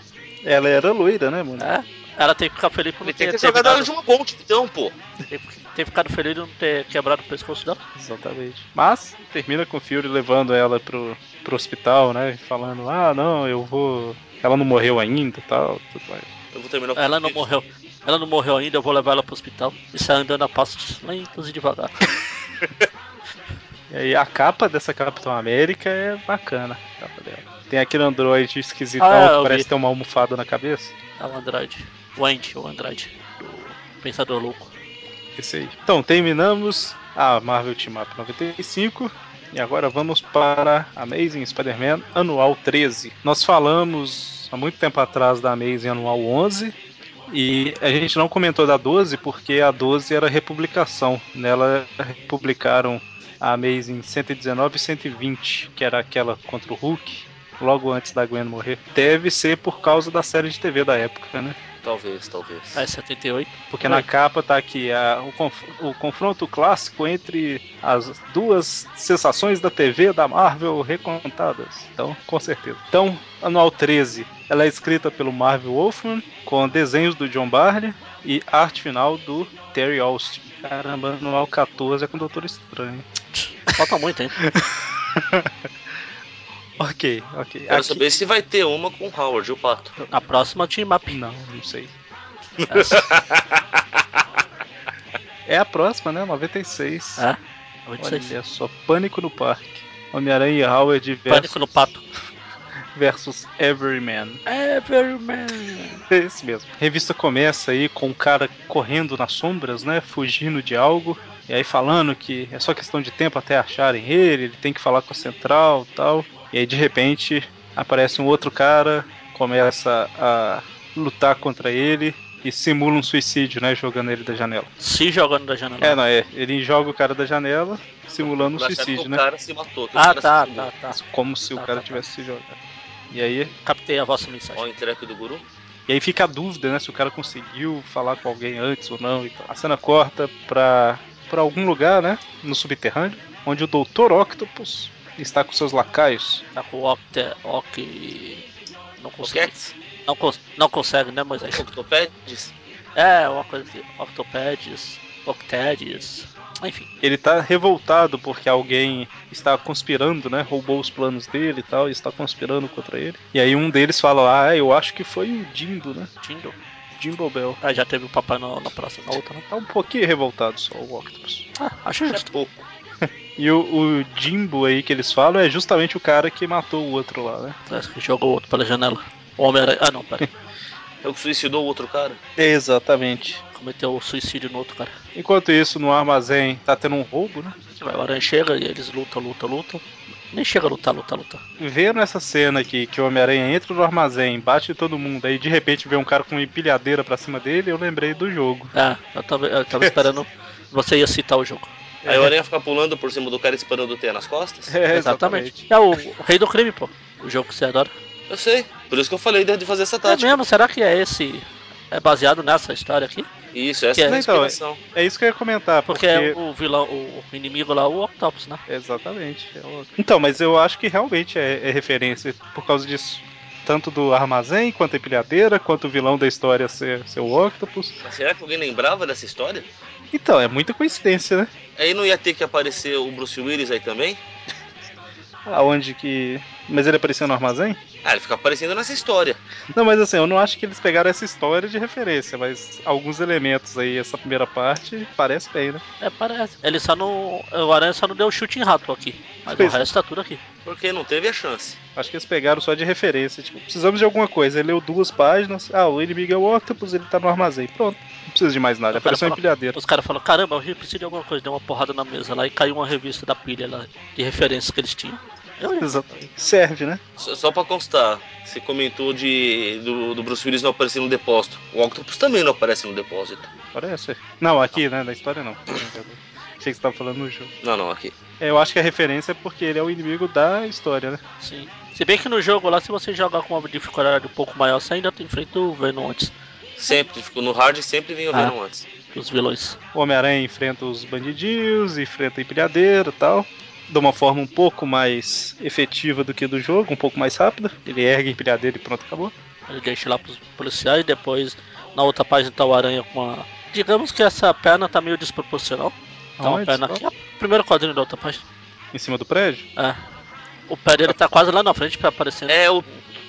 Speaker 1: Ela era loira, né, mano?
Speaker 3: É. Ela tem que ficar feliz por não
Speaker 4: Ele tem
Speaker 3: ter,
Speaker 4: que ter jogado ela
Speaker 3: terminado-
Speaker 4: de uma ponte, então, pô.
Speaker 3: tem que ter ficado feliz de não ter quebrado o pescoço dela.
Speaker 1: Exatamente. Mas termina com o Fury levando ela pro, pro hospital, né? Falando, ah não, eu vou. Ela não morreu ainda e tal, tudo mais.
Speaker 4: Eu vou terminar
Speaker 3: Ela não morreu. Ela não morreu ainda, eu vou levar ela pro hospital. E sai andando a passos lentos e devagar.
Speaker 1: E aí a capa dessa Capitão América é bacana. a capa dela. Tem aquele androide esquisitão
Speaker 3: Ah, eu
Speaker 1: que
Speaker 3: vi.
Speaker 1: parece ter uma almofada na cabeça.
Speaker 3: É o Andrade. O Andy, o Andrade. Do Pensador Louco.
Speaker 1: Esse aí. Então, terminamos a Marvel Team Up 95. E agora vamos para Amazing Spider-Man Anual 13. Nós falamos há muito tempo atrás da Amazing Anual 11. E a gente não comentou da 12 porque a 12 era republicação. Nela republicaram a Amazing 119 e 120, que era aquela contra o Hulk, logo antes da Gwen morrer. Deve ser por causa da série de TV da época, né?
Speaker 4: Talvez, talvez.
Speaker 3: É 78.
Speaker 1: Porque na
Speaker 3: Oi.
Speaker 1: capa tá aqui a- o, conf- o confronto clássico entre as duas sensações da TV da Marvel recontadas. Então, com certeza. Então, Anual 13, ela é escrita pelo Marvel Wolfman, com desenhos do John Barney e arte final do Terry Austin. Caramba, Anual 14 é com o Doutor Estranho.
Speaker 3: Falta muito, hein?
Speaker 1: Ok, ok.
Speaker 4: Quero
Speaker 1: Aqui-
Speaker 4: saber se vai ter uma com o Howard, o pato.
Speaker 3: Na próxima, Team Up.
Speaker 1: Não, não sei.
Speaker 3: Essa.
Speaker 1: É a próxima, né? 96.
Speaker 3: É. 86.
Speaker 1: Olha só, Pânico no Parque. Homem-Aranha e Howard versus,
Speaker 3: Pânico no pato.
Speaker 1: versus Everyman.
Speaker 3: Everman.
Speaker 1: É esse mesmo. A revista começa aí com o cara correndo nas sombras, né? Fugindo de algo. E aí falando que é só questão de tempo até acharem ele, ele tem que falar com a central e tal. E aí de repente aparece um outro cara, começa a lutar contra ele e simula um suicídio, né? Jogando ele da janela.
Speaker 3: Se jogando da janela.
Speaker 1: É, não, é. Ele joga o cara da janela, simulando um
Speaker 4: Vai achar que
Speaker 1: suicídio,
Speaker 4: o
Speaker 1: né?
Speaker 4: cara se matou. que o
Speaker 3: Ah,
Speaker 4: cara
Speaker 3: tá,
Speaker 4: se
Speaker 3: tá,
Speaker 4: matou.
Speaker 3: tá.
Speaker 1: Como se o
Speaker 3: Tá,
Speaker 1: cara
Speaker 3: tá, tá.
Speaker 1: tivesse se jogado. E aí
Speaker 3: Captei a vossa
Speaker 4: Ó, o
Speaker 3: mensagem.
Speaker 4: entrepe do guru.
Speaker 3: Um
Speaker 1: E aí fica a dúvida, né, se o cara conseguiu falar com alguém antes ou não. e tal. A cena corta pra, pra algum lugar, né, no subterrâneo, onde o Dr. Octopus está com seus lacaios.
Speaker 3: Tá com o Octa. Ok. Não consegue.
Speaker 4: Roquetes?
Speaker 3: Não, cons- não consegue, né, Moisés?
Speaker 4: Octopedes?
Speaker 3: É, uma coisa assim. Octopedes. Octedes. Enfim.
Speaker 1: Ele tá revoltado porque alguém está conspirando, né, roubou os planos dele e tal, e está conspirando contra ele. E aí um deles fala, ah, eu acho que foi o Jimbo, né,
Speaker 3: Tindo.
Speaker 1: Jimbo Bell.
Speaker 3: Ah, já teve o papai na, na próxima, na outra, né?
Speaker 1: Tá um pouquinho revoltado só o Octopus.
Speaker 3: Ah, acho
Speaker 4: É
Speaker 3: justo.
Speaker 4: pouco.
Speaker 1: E o, o Jimbo aí que eles falam é justamente o cara que matou o outro lá, né.
Speaker 3: Parece que É, jogou outro pela janela. O Homem-Aranha. Ah, não, pera.
Speaker 4: É o que suicidou o outro cara.
Speaker 1: Exatamente.
Speaker 3: Cometeu o suicídio no outro cara.
Speaker 1: Enquanto isso, no armazém tá tendo um roubo, né?
Speaker 3: O Aranha chega e eles lutam, lutam, lutam. Nem chega a lutar, lutar, lutar.
Speaker 1: Vendo essa cena aqui, que o Homem-Aranha entra no armazém, bate todo mundo, aí de repente vê um cara com uma empilhadeira pra cima dele, eu lembrei do jogo.
Speaker 3: Ah, eu tava, eu tava esperando você ia citar o jogo.
Speaker 4: Aí o aranha fica pulando por cima do cara esperando o T nas costas.
Speaker 1: É,
Speaker 3: É o, o Rei do Crime, pô. O jogo que você adora.
Speaker 4: Eu sei. Por isso que eu falei de de fazer essa
Speaker 1: Tá, tipo
Speaker 3: É
Speaker 4: tática.
Speaker 3: mesmo? Será que é esse. É baseado nessa história aqui?
Speaker 4: Isso, essa é a
Speaker 1: Então,
Speaker 4: inspiração.
Speaker 1: É isso que eu ia comentar,
Speaker 3: Porque
Speaker 1: porque.
Speaker 3: é o vilão, o inimigo lá, o Octopus, né?
Speaker 1: Exatamente. é o- Então, mas eu acho que realmente é, é referência por causa disso. Tanto do armazém, quanto a empilhadeira, quanto o vilão da história ser, ser o Octopus.
Speaker 4: Mas será que alguém lembrava dessa história?
Speaker 1: Então, é muita coincidência, né?
Speaker 4: Aí não ia ter que aparecer o Bruce Willis aí também?
Speaker 1: Aonde que. Mas ele apareceu no armazém?
Speaker 4: Ah, ele fica aparecendo nessa história.
Speaker 1: Não, mas assim, eu não acho que eles pegaram essa história de referência, mas alguns elementos aí, essa primeira parte, parece bem, né?
Speaker 3: É, parece. Ele só não. O Aranha só não deu um chute em rato aqui. Mas
Speaker 1: Pois
Speaker 3: o
Speaker 1: é.
Speaker 3: resto tá tudo aqui.
Speaker 4: Porque não teve a chance.
Speaker 1: Acho que eles pegaram só de referência. Tipo, precisamos de alguma coisa. Ele leu duas páginas. Ah, o inimigo é o Octopus, ele tá no armazém. Pronto. Não precisa de mais nada.
Speaker 3: O cara
Speaker 1: Apareceu uma
Speaker 3: fala-
Speaker 1: empilhadeira.
Speaker 3: Os caras falam, caramba, a gente precisa de alguma coisa, deu uma porrada na mesa lá e caiu uma revista da pilha lá de referência que eles tinham. Eu já
Speaker 1: Exatamente. Serve, né?
Speaker 4: Só, só pra constar, você comentou de do, do Bruce Willis não aparecer no depósito. O Octopus também não aparece no depósito.
Speaker 1: Parece. Não, aqui, né? Na história não. Achei que você tava falando no jogo.
Speaker 4: Não, não, aqui.
Speaker 1: É, Eu acho que a referência é porque ele é o inimigo da história, né?
Speaker 3: Sim. Se bem que no jogo lá, se você jogar com uma dificuldade um pouco maior, você ainda enfrenta o Venom antes
Speaker 4: Sempre, ficou no hard sempre vinha o
Speaker 3: Ah.
Speaker 4: Venom antes.
Speaker 3: dos vilões.
Speaker 1: O Homem-Aranha enfrenta os bandidinhos, enfrenta a empilhadeira e tal. De uma forma um pouco mais efetiva do que do jogo, um pouco mais rápida. Ele ergue a empilhadeira e pronto, acabou.
Speaker 3: Ele deixa lá pros policiais, depois na outra página tá o Aranha com a. Digamos que essa perna tá meio desproporcional. Tá uma
Speaker 1: Aonde?
Speaker 3: perna
Speaker 1: Só?
Speaker 3: aqui, ó. Primeiro quadrinho da outra página.
Speaker 1: Em cima do prédio?
Speaker 3: É. O pé dele tá quase lá na frente, pra aparecendo.
Speaker 4: É, o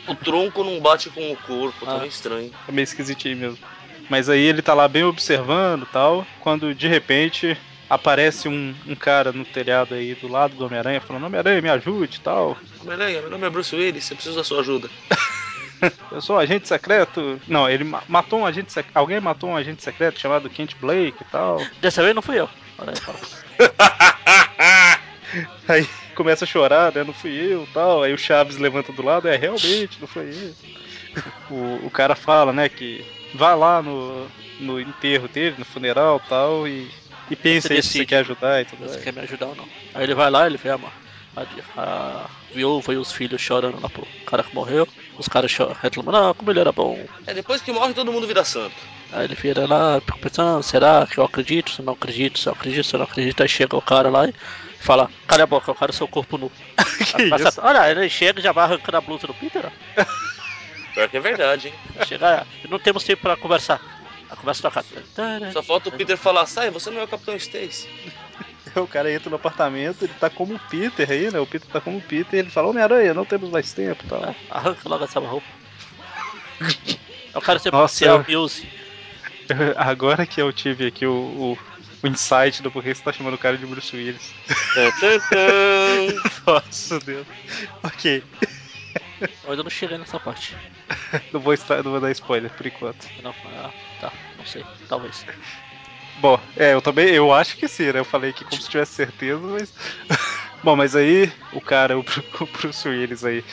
Speaker 4: O tronco não bate com o corpo, tá
Speaker 3: Ah.
Speaker 4: meio estranho.
Speaker 1: É meio esquisitinho mesmo. Mas aí ele tá lá bem observando e tal, quando de repente aparece um, um cara no telhado aí do lado do Homem-Aranha falando, Homem-Aranha, me ajude e tal.
Speaker 4: Homem-Aranha, meu nome é Bruce Willis, eu preciso da sua ajuda.
Speaker 1: Eu sou um agente secreto. Não, ele ma- matou um agente secreto. Alguém matou um agente secreto chamado Kent Blake e tal.
Speaker 3: Dessa vez não fui eu. Olha aí, fala.
Speaker 1: Aí começa a chorar, né? Não fui eu tal. Aí o Chaves levanta do lado, é realmente, não foi eu. O, o cara fala, né, que vai lá no, no enterro dele, no funeral tal, e, e pensa
Speaker 3: Você
Speaker 1: aí se você
Speaker 3: decide.
Speaker 1: quer ajudar e tudo
Speaker 3: Você
Speaker 1: mais.
Speaker 3: quer me ajudar ou não? Aí ele vai lá, ele vê a, ma- a, di- a viúva e os filhos chorando lá pro cara que morreu. Os caras cho- reclamando, ah, como ele era bom.
Speaker 4: É, depois que morre todo mundo vira santo.
Speaker 3: Aí ele vira lá, fica pensando, "Ah, será que eu acredito? Se eu não acredito, se eu acredito, se eu não acredito. Aí chega o cara lá e fala, cala a boca, eu quero seu corpo nu. Aí passa-
Speaker 1: isso?
Speaker 3: Olha, ele chega e já vai arrancando a blusa do Peter, ó.
Speaker 4: Pior que é verdade, hein?
Speaker 3: Chega, ah, não temos tempo pra conversar. A conversa toca.
Speaker 4: Só falta o Peter falar, sai, você não é o Capitão Stacy.
Speaker 1: O cara entra no apartamento, ele tá como o Peter aí, né? O Peter tá como o Peter, ele fala, Homem-Aranha, não temos mais tempo e tal.
Speaker 3: Ah, Arranca logo essa roupa. Eu quero ser
Speaker 1: Nossa,
Speaker 3: policial,
Speaker 1: eu-
Speaker 3: Muse.
Speaker 1: Agora que eu tive aqui o, o, o insight do porquê você tá chamando o cara de Bruce Willis.
Speaker 4: Tantantã.
Speaker 1: Nossa, Deus. Ok,
Speaker 3: Eu ainda não cheguei nessa parte.
Speaker 1: não vou, estra- não vou dar spoiler por enquanto.
Speaker 3: Não, ah, tá, não sei, talvez.
Speaker 1: Bom, é, eu também, eu acho que sim, né? Eu falei aqui como se tivesse certeza, mas. Bom, mas aí o cara, o, Bru- o Bruce Willis aí,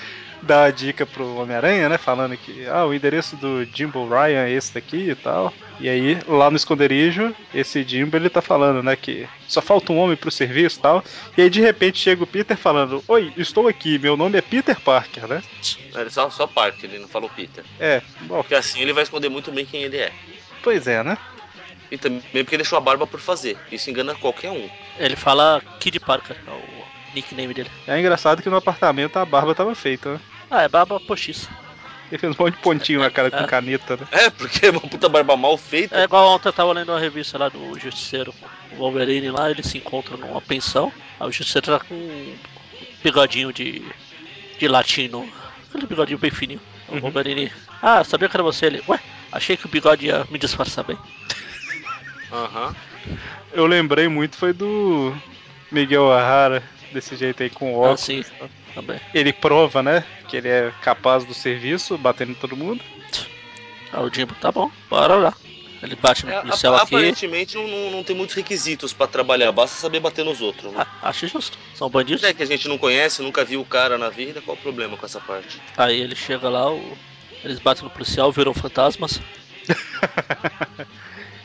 Speaker 1: dá a dica pro Homem-Aranha, né? Falando que, ah, o endereço do Jimbo Ryan é esse daqui e tal. E aí, lá no esconderijo, esse Jimbo ele tá falando, né? Que só falta um homem pro serviço e tal. E aí, de repente, chega o Peter falando: Oi, estou aqui, meu nome é Peter Parker, né?
Speaker 4: Ele só, só parte, ele não falou Peter.
Speaker 1: É, bom,
Speaker 4: Porque assim ele vai esconder muito bem quem ele é.
Speaker 1: pois é, né?
Speaker 4: E também porque deixou a barba por fazer. Isso engana qualquer um.
Speaker 3: Ele fala Kid Parker, é o nickname dele.
Speaker 1: É engraçado que no apartamento a barba tava feita, né?
Speaker 3: Ah, é barba postiça.
Speaker 1: Ele fez um monte de pontinho na cara com caneta, né?
Speaker 4: É, porque é uma puta barba mal feita.
Speaker 3: É igual ontem eu tava lendo uma revista lá do Justiceiro, o Wolverine lá, eles se encontram numa pensão. Aí o Justiceiro tá com um bigodinho de, de latino, aquele bigodinho bem fininho. O
Speaker 1: Uhum.
Speaker 3: Wolverine, ah, sabia que era você? Ele, ué, achei que o bigode ia me disfarçar bem.
Speaker 4: Aham.
Speaker 1: Eu lembrei muito foi do Miguel O'Hara, desse jeito aí com o
Speaker 3: Ah,
Speaker 1: óculos.
Speaker 3: sim, também.
Speaker 1: Ele prova, né, que ele é capaz do serviço, batendo em todo mundo.
Speaker 3: Aí o Jimbo, tá bom, bora lá. Ele bate no
Speaker 4: É,
Speaker 3: policial
Speaker 4: ap-
Speaker 3: aqui.
Speaker 4: aparentemente não, não- não tem muitos requisitos pra trabalhar, basta saber bater nos outros. Né?
Speaker 3: Ah, acho justo. São bandidos.
Speaker 4: Já que a gente não conhece, nunca viu o cara na vida, qual o problema com essa parte?
Speaker 3: Aí ele chega lá, o- eles batem no policial, viram fantasmas.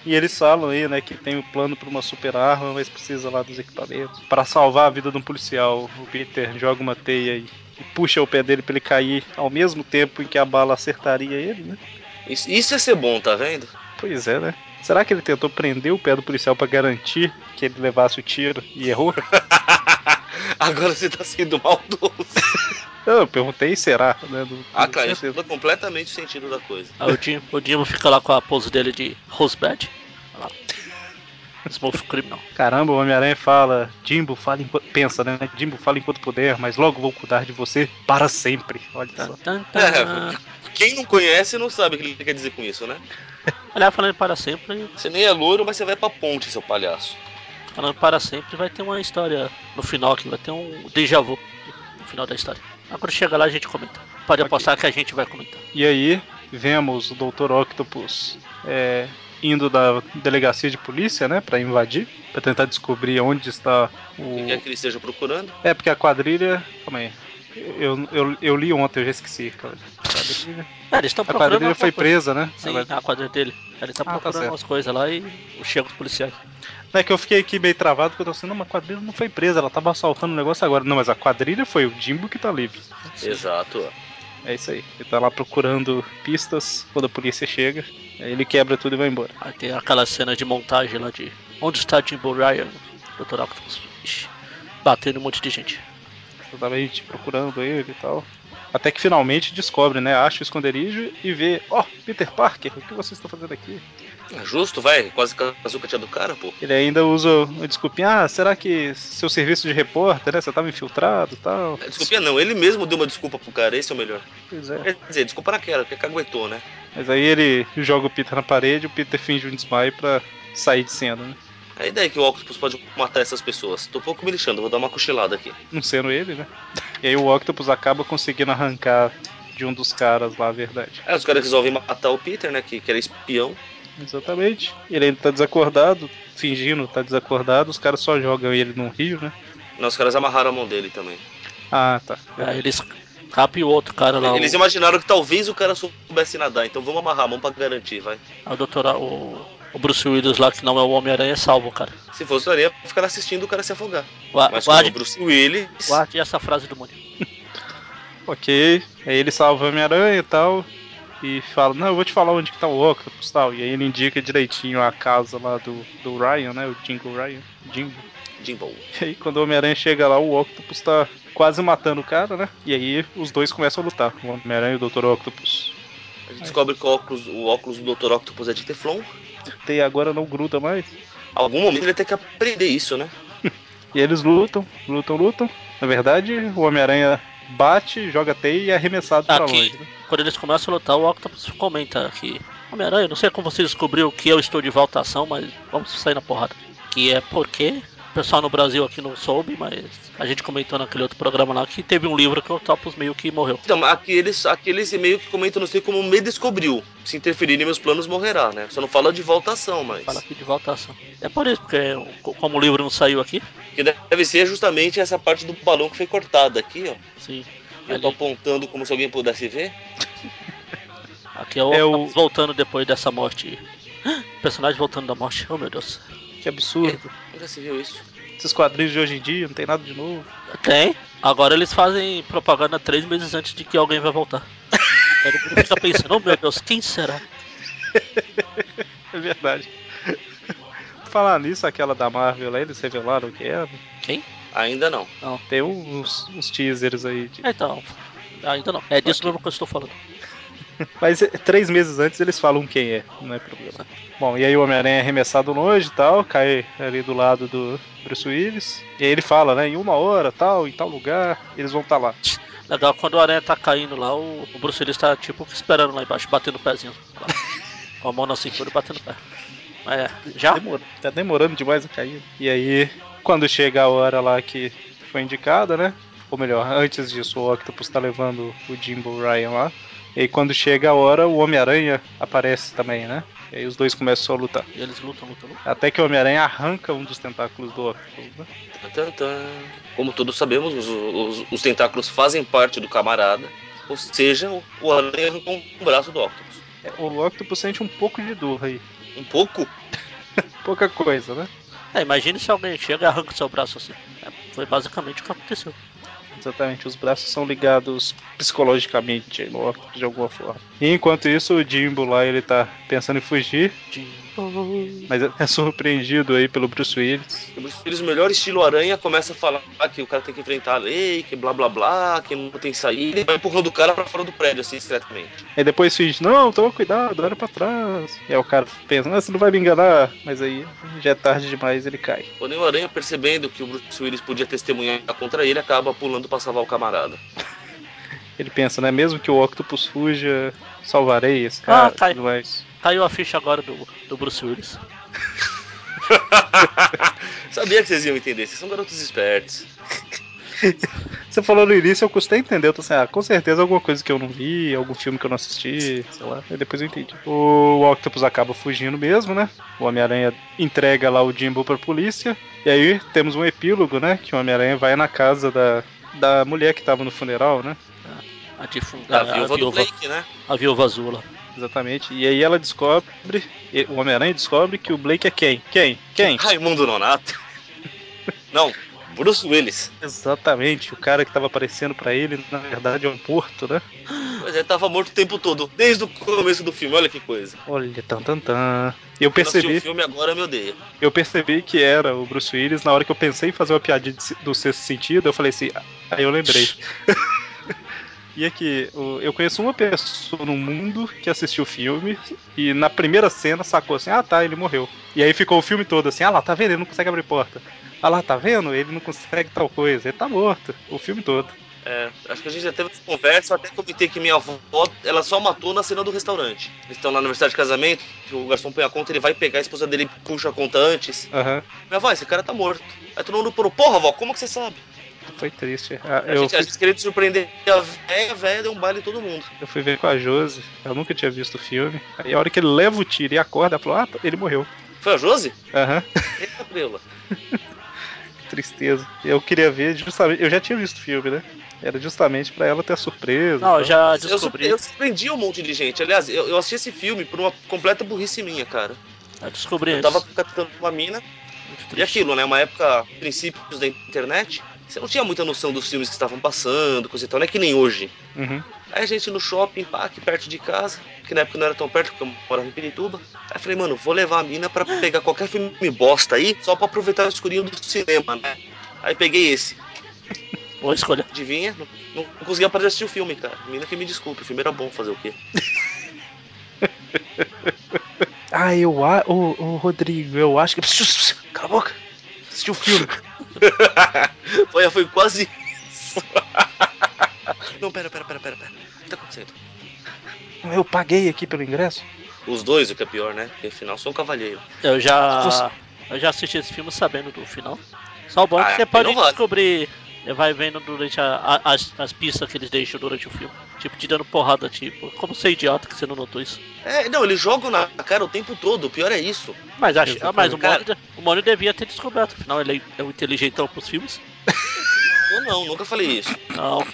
Speaker 1: E eles falam aí, né, que tem o plano pra uma super arma, mas precisa lá dos equipamentos. Pra salvar a vida de um policial, o Peter joga uma teia e, e puxa o pé dele pra ele cair ao mesmo tempo em que a bala acertaria ele, né?
Speaker 4: Isso, isso ia ser bom, tá vendo?
Speaker 1: Pois é, né? Será que ele tentou prender o pé do policial pra garantir que ele levasse o tiro e errou?
Speaker 4: Agora você tá sendo maldoso.
Speaker 1: Não, eu perguntei, será? Né? Não-
Speaker 4: Ah,
Speaker 1: não
Speaker 4: cara,
Speaker 1: tenho
Speaker 4: isso muda completamente o sentido da coisa.
Speaker 3: Aí o Jim- o Jimbo fica lá com a pose dele de Rosebud. Olha lá. Smooth criminal.
Speaker 1: Caramba, o Homem-Aranha fala, Jimbo, fala enquanto. Pensa, né? Jimbo, fala enquanto puder, mas logo vou cuidar de você para sempre. Olha só.
Speaker 3: Tan, tan.
Speaker 4: É, quem não conhece não sabe o que ele quer dizer com isso, né?
Speaker 3: Aliás, falando em para sempre,
Speaker 4: Você nem é louro, mas você vai pra ponte, seu palhaço.
Speaker 3: falando em para sempre, vai ter uma história no final aqui, vai ter um déjà vu no final da história. Mas quando chega lá a gente comenta. Pode
Speaker 1: Ok.
Speaker 3: apostar que a gente vai comentar.
Speaker 1: E aí, vemos o Dr. Octopus é, indo da delegacia de polícia, né? Pra invadir, pra tentar descobrir onde está o.
Speaker 4: Quem quer que ele esteja procurando?
Speaker 1: É, porque a quadrilha. Calma aí. Eu, eu, eu li ontem, eu já esqueci. cara. A quadrilha,
Speaker 3: É, eles estão
Speaker 1: a
Speaker 3: procurando.
Speaker 1: quadrilha
Speaker 3: alguma
Speaker 1: foi
Speaker 3: coisa.
Speaker 1: presa, né?
Speaker 3: Sim,
Speaker 1: Agora-
Speaker 3: a quadrilha dele. Ele tá
Speaker 1: Ah, tá
Speaker 3: procurando
Speaker 1: certo.
Speaker 3: umas coisas lá e chega os policiais.
Speaker 1: É que eu fiquei aqui meio travado, porque eu tô assim, não, mas a quadrilha não foi presa, ela tava assaltando o negócio agora. Não, mas a quadrilha foi o Jimbo que tá livre.
Speaker 4: Ah, Exato. ó.
Speaker 1: É isso aí. Ele tá lá procurando pistas quando a polícia chega. Aí ele quebra tudo e vai embora.
Speaker 3: Aí tem aquela cena de montagem lá de Onde está Jimbo Ryan? Dr. Octopus Ixi, batendo um monte de gente.
Speaker 1: Então Exatamente, procurando ele e tal. Até que finalmente descobre, né? Acha o esconderijo e vê, ó, Peter Parker, o que você está fazendo aqui?
Speaker 4: É Justo, vai. Quase casou com a tia do cara, pô.
Speaker 1: Ele ainda usa o desculpinha, ah, será que seu serviço de repórter, né? Você tava infiltrado e tal.
Speaker 4: É, Desculpinha não, ele mesmo deu uma desculpa pro cara, esse é o melhor.
Speaker 1: Pois é.
Speaker 4: Quer dizer, desculpa naquela, porque caguetou, né?
Speaker 1: Mas aí ele joga o Peter na parede, o Peter finge um desmaio pra sair de cena, né?
Speaker 4: A ideia é que o Octopus pode matar essas pessoas. Tô um pouco me lixando, vou dar uma cochilada aqui.
Speaker 1: Não sendo ele, né? E aí o Octopus acaba conseguindo arrancar de um dos caras lá a verdade.
Speaker 4: Aí É, os caras resolvem matar o Peter, né? Que, que era espião.
Speaker 1: Exatamente. Ele ainda tá desacordado, fingindo tá desacordado, os caras só jogam ele num rio, né?
Speaker 4: Não, os caras amarraram a mão dele também.
Speaker 1: Ah, tá.
Speaker 3: Aí eles capam o outro cara lá,
Speaker 4: Eles
Speaker 3: o,
Speaker 4: imaginaram que talvez o cara soubesse nadar, então vamos amarrar a mão pra garantir, vai.
Speaker 3: a doutora, o, o Bruce Willis lá, que não é o Homem-Aranha, é salvo, cara.
Speaker 4: Se fosse o areia, ficar assistindo o cara se afogar.
Speaker 3: Gua-
Speaker 4: Mas como o
Speaker 3: Ah, Guarde,
Speaker 4: Bruce Willis.
Speaker 3: guarde essa frase do Mônio.
Speaker 1: Ok. Aí ele salva o Homem-Aranha e tal. E fala, não, eu vou te falar onde que tá o Octopus e tal. E aí ele indica direitinho a casa lá do, do Ryan, né? O Jingle Ryan. Jingle.
Speaker 4: Jimbo.
Speaker 1: E aí quando o Homem-Aranha chega lá, o Octopus tá quase matando o cara, né? E aí os dois começam a lutar, o Homem-Aranha e o Dr. Octopus.
Speaker 4: A gente descobre que o óculos, o óculos do Dr. Octopus é de Teflon.
Speaker 1: Até agora não gruda mais.
Speaker 4: Algum momento ele tem que aprender isso, né?
Speaker 1: E eles lutam, lutam, lutam. Na verdade, o Homem-Aranha bate, joga teia e é arremessado pra
Speaker 3: Aqui.
Speaker 1: longe. né?
Speaker 3: Quando eles começam a lutar, o Octopus comenta aqui. Homem-Aranha, não sei como você descobriu que eu estou de volta à ação, mas vamos sair na porrada. Que é porque o pessoal no Brasil aqui não soube, mas a gente comentou naquele outro programa lá que teve um livro que o Octopus meio que morreu.
Speaker 4: Então, aqueles, aqueles e-mail que comentam, não sei como me descobriu. Se interferir em meus planos, morrerá, né? Só não fala de voltação, mas.
Speaker 3: Fala aqui de volta à ação. É por isso, porque o- como o livro não saiu aqui,
Speaker 4: Que deve ser justamente essa parte do balão que foi cortada aqui, ó.
Speaker 3: sim.
Speaker 4: Eu tô apontando como se alguém pudesse ver.
Speaker 3: Aqui é o,
Speaker 1: É o-
Speaker 3: Octopus voltando depois dessa morte. O personagem voltando da morte, oh meu Deus.
Speaker 1: Que absurdo.
Speaker 4: Nunca se viu isso.
Speaker 1: Esses quadrinhos de hoje em dia, não tem nada de novo.
Speaker 3: Tem. Agora eles fazem propaganda três meses antes de que alguém vai voltar. Aí todo mundo fica pensando, oh meu Deus, quem será?
Speaker 1: É verdade. Falar nisso, aquela da Marvel lá, eles revelaram o que era.
Speaker 4: Ainda não.
Speaker 1: Tem uns, uns teasers aí. de-
Speaker 3: Então, ainda não. É disso mesmo que eu estou falando.
Speaker 1: Mas é, três meses antes eles falam quem é, não é problema. Bom, e aí o Homem-Aranha é arremessado longe e tal, cai ali do lado do Bruce Willis. E aí ele fala, né, em uma hora, tal, em tal lugar, eles vão estar lá.
Speaker 3: Legal, quando o aranha tá caindo lá, o, o Bruce Willis tá tipo esperando lá embaixo, batendo o pezinho. Lá. Com a mão na cintura e batendo o pé. É, já?
Speaker 1: Demora, tá demorando demais a cair. E aí, quando chega a hora lá que foi indicada, né? Ou melhor, antes disso, o Octopus tá levando o Jimbo Ryan lá. E aí, quando chega a hora, o Homem-Aranha aparece também, né? E aí os dois começam a lutar.
Speaker 3: E eles lutam, lutam, lutam.
Speaker 1: Até que o Homem-Aranha arranca um dos tentáculos do Octopus, né?
Speaker 4: Tan, tan, tan. Como todos sabemos, os, os- os tentáculos fazem parte do camarada. Ou seja, o, o aranha arrancou um braço do Octopus.
Speaker 1: É, O Octopus sente um pouco de dor aí.
Speaker 4: Um pouco?
Speaker 1: Pouca coisa, né?
Speaker 3: É, imagine se alguém chega e arranca o seu braço assim. É, foi basicamente o que aconteceu.
Speaker 1: Exatamente, os braços são ligados psicologicamente aí no Octopus de alguma forma. E enquanto isso, o Jimbo lá, ele tá pensando em fugir.
Speaker 3: Jimbo.
Speaker 1: Mas é surpreendido aí pelo Bruce Willis.
Speaker 4: O Bruce Willis, o melhor estilo aranha, começa a falar que o cara tem que enfrentar a lei, que blá blá blá, que não tem saída. Ele vai empurrando o cara pra fora do prédio, assim, discretamente.
Speaker 1: Aí depois finge, não, toma cuidado, olha pra trás. E aí o cara pensa, ah, você não vai me enganar. Mas aí já é tarde demais, ele cai.
Speaker 4: Porém, o aranha, percebendo que o Bruce Willis podia testemunhar contra ele, acaba pulando pra salvar o camarada.
Speaker 1: Ele pensa, né, mesmo que o Octopus fuja, salvarei esse cara.
Speaker 3: Ah, cai.
Speaker 1: tudo mais.
Speaker 3: Caiu a ficha agora do, do Bruce Willis.
Speaker 4: Sabia que vocês iam entender, vocês são garotos espertos.
Speaker 1: Você falou no início, eu custei entender. Eu tô assim, ah, com certeza alguma coisa que eu não vi, algum filme que eu não assisti, sei lá. Aí depois eu entendi. O Octopus acaba fugindo mesmo, né? O Homem-Aranha entrega lá o Jimbo pra polícia. E aí temos um epílogo, né? Que o Homem-Aranha vai na casa da, da mulher que tava no funeral, né?
Speaker 3: A, difun...
Speaker 4: A
Speaker 3: a,
Speaker 4: viúva
Speaker 3: Ah, a,
Speaker 4: do
Speaker 3: viúva,
Speaker 4: Blake, né?
Speaker 3: a viúva azul lá.
Speaker 1: Exatamente. E aí ela descobre, e- o Homem-Aranha descobre que o Blake é quem? Quem? Quem?
Speaker 4: Raimundo Nonato. Não, Bruce Willis.
Speaker 1: Exatamente. O cara que tava aparecendo pra ele, na verdade, é um porto, né?
Speaker 4: Pois é, tava morto o tempo todo, desde o começo do filme, olha que coisa.
Speaker 1: Olha, tan tan tan. E eu
Speaker 4: Eu assisti
Speaker 1: percebi.
Speaker 4: o filme agora me odeia.
Speaker 1: Eu percebi que era o Bruce Willis na hora que eu pensei em fazer uma piadinha de- do sexto sentido, eu falei assim, aí eu lembrei. E é que o- eu conheço uma pessoa no mundo que assistiu o filme e na primeira cena sacou assim: ah tá, ele morreu. E aí ficou o filme todo assim: ah lá, tá vendo? Ele não consegue abrir porta. Ah lá, tá vendo? Ele não consegue tal coisa. Ele tá morto. O filme todo.
Speaker 4: É, acho que a gente já teve essa conversa, eu até comentei que minha avó, ela só matou na cena do restaurante. Eles estão lá na universidade de casamento, o garçom põe a conta, ele vai pegar a esposa dele puxa a conta antes.
Speaker 1: Aham.
Speaker 4: Minha avó, esse cara tá morto. Aí todo mundo falou, porra, avó, como que você sabe?
Speaker 1: Foi triste. Ah,
Speaker 4: a,
Speaker 1: eu,
Speaker 4: gente, a gente queria te surpreender, a véia, a véia deu um baile em todo mundo.
Speaker 1: eu fui ver com a Josi. Ela nunca tinha visto o filme. Aí a hora que ele leva o tiro e acorda, ela falou: ah, ele morreu.
Speaker 4: Foi a Josi?
Speaker 1: Aham.
Speaker 4: Eita, preula.
Speaker 1: Tristeza. Eu queria ver justamente. Eu já tinha visto o filme, né? Era justamente pra ela ter a surpresa.
Speaker 3: Não,
Speaker 1: então.
Speaker 3: eu já
Speaker 4: Eu, surpre-
Speaker 3: Ah, descobri.
Speaker 4: eu surpreendi um monte de gente. Aliás, eu, eu assisti esse filme por uma completa burrice minha, cara.
Speaker 3: Eu descobri
Speaker 4: Eu
Speaker 3: isso.
Speaker 4: tava catando uma mina,
Speaker 3: Muito
Speaker 4: E
Speaker 3: triste.
Speaker 4: aquilo, né? Uma época, princípios da internet, você não tinha muita noção dos filmes que estavam passando, coisa e tal, não é que nem hoje.
Speaker 1: Uhum.
Speaker 4: Aí a gente no shopping, pá, aqui perto de casa, que na época não era tão perto, porque eu morava em Pirituba. Aí eu falei, mano, vou levar a mina pra pegar qualquer filme bosta aí, só pra aproveitar o escurinho do cinema, né? Aí peguei esse.
Speaker 3: Boa escolha.
Speaker 4: Adivinha? Não, não conseguia parar de assistir o filme, cara. Mina que me desculpe, o filme era bom fazer o quê?
Speaker 1: Ah, eu acho. Ô, ô, Rodrigo, eu acho que. Cala a boca! Assistiu o filme.
Speaker 4: foi, foi quase isso. não, pera, pera, pera, pera, pera. O que tá acontecendo?
Speaker 1: Eu paguei aqui pelo ingresso.
Speaker 4: Os dois, o que é pior, né? Porque afinal sou um cavalheiro.
Speaker 3: Eu já.
Speaker 1: Você-
Speaker 3: Eu já assisti esse filme sabendo do final. Só o bom é
Speaker 4: Ah,
Speaker 3: que você pode
Speaker 4: então vale.
Speaker 3: descobrir. Vai vendo durante a- a- as, as pistas que eles deixam durante o filme. Tipo, te dando porrada, tipo. Como você é idiota que você não notou isso.
Speaker 4: É, não, eles jogam na cara o tempo todo, o pior é isso.
Speaker 3: Mas, acho, ah,
Speaker 1: Exatamente.
Speaker 3: mas o,
Speaker 4: Cara-
Speaker 3: Mônio, de- o Mônio devia ter descoberto. Afinal, ele é- é um inteligentão pros filmes.
Speaker 4: Ou não, nunca falei isso.
Speaker 3: Não,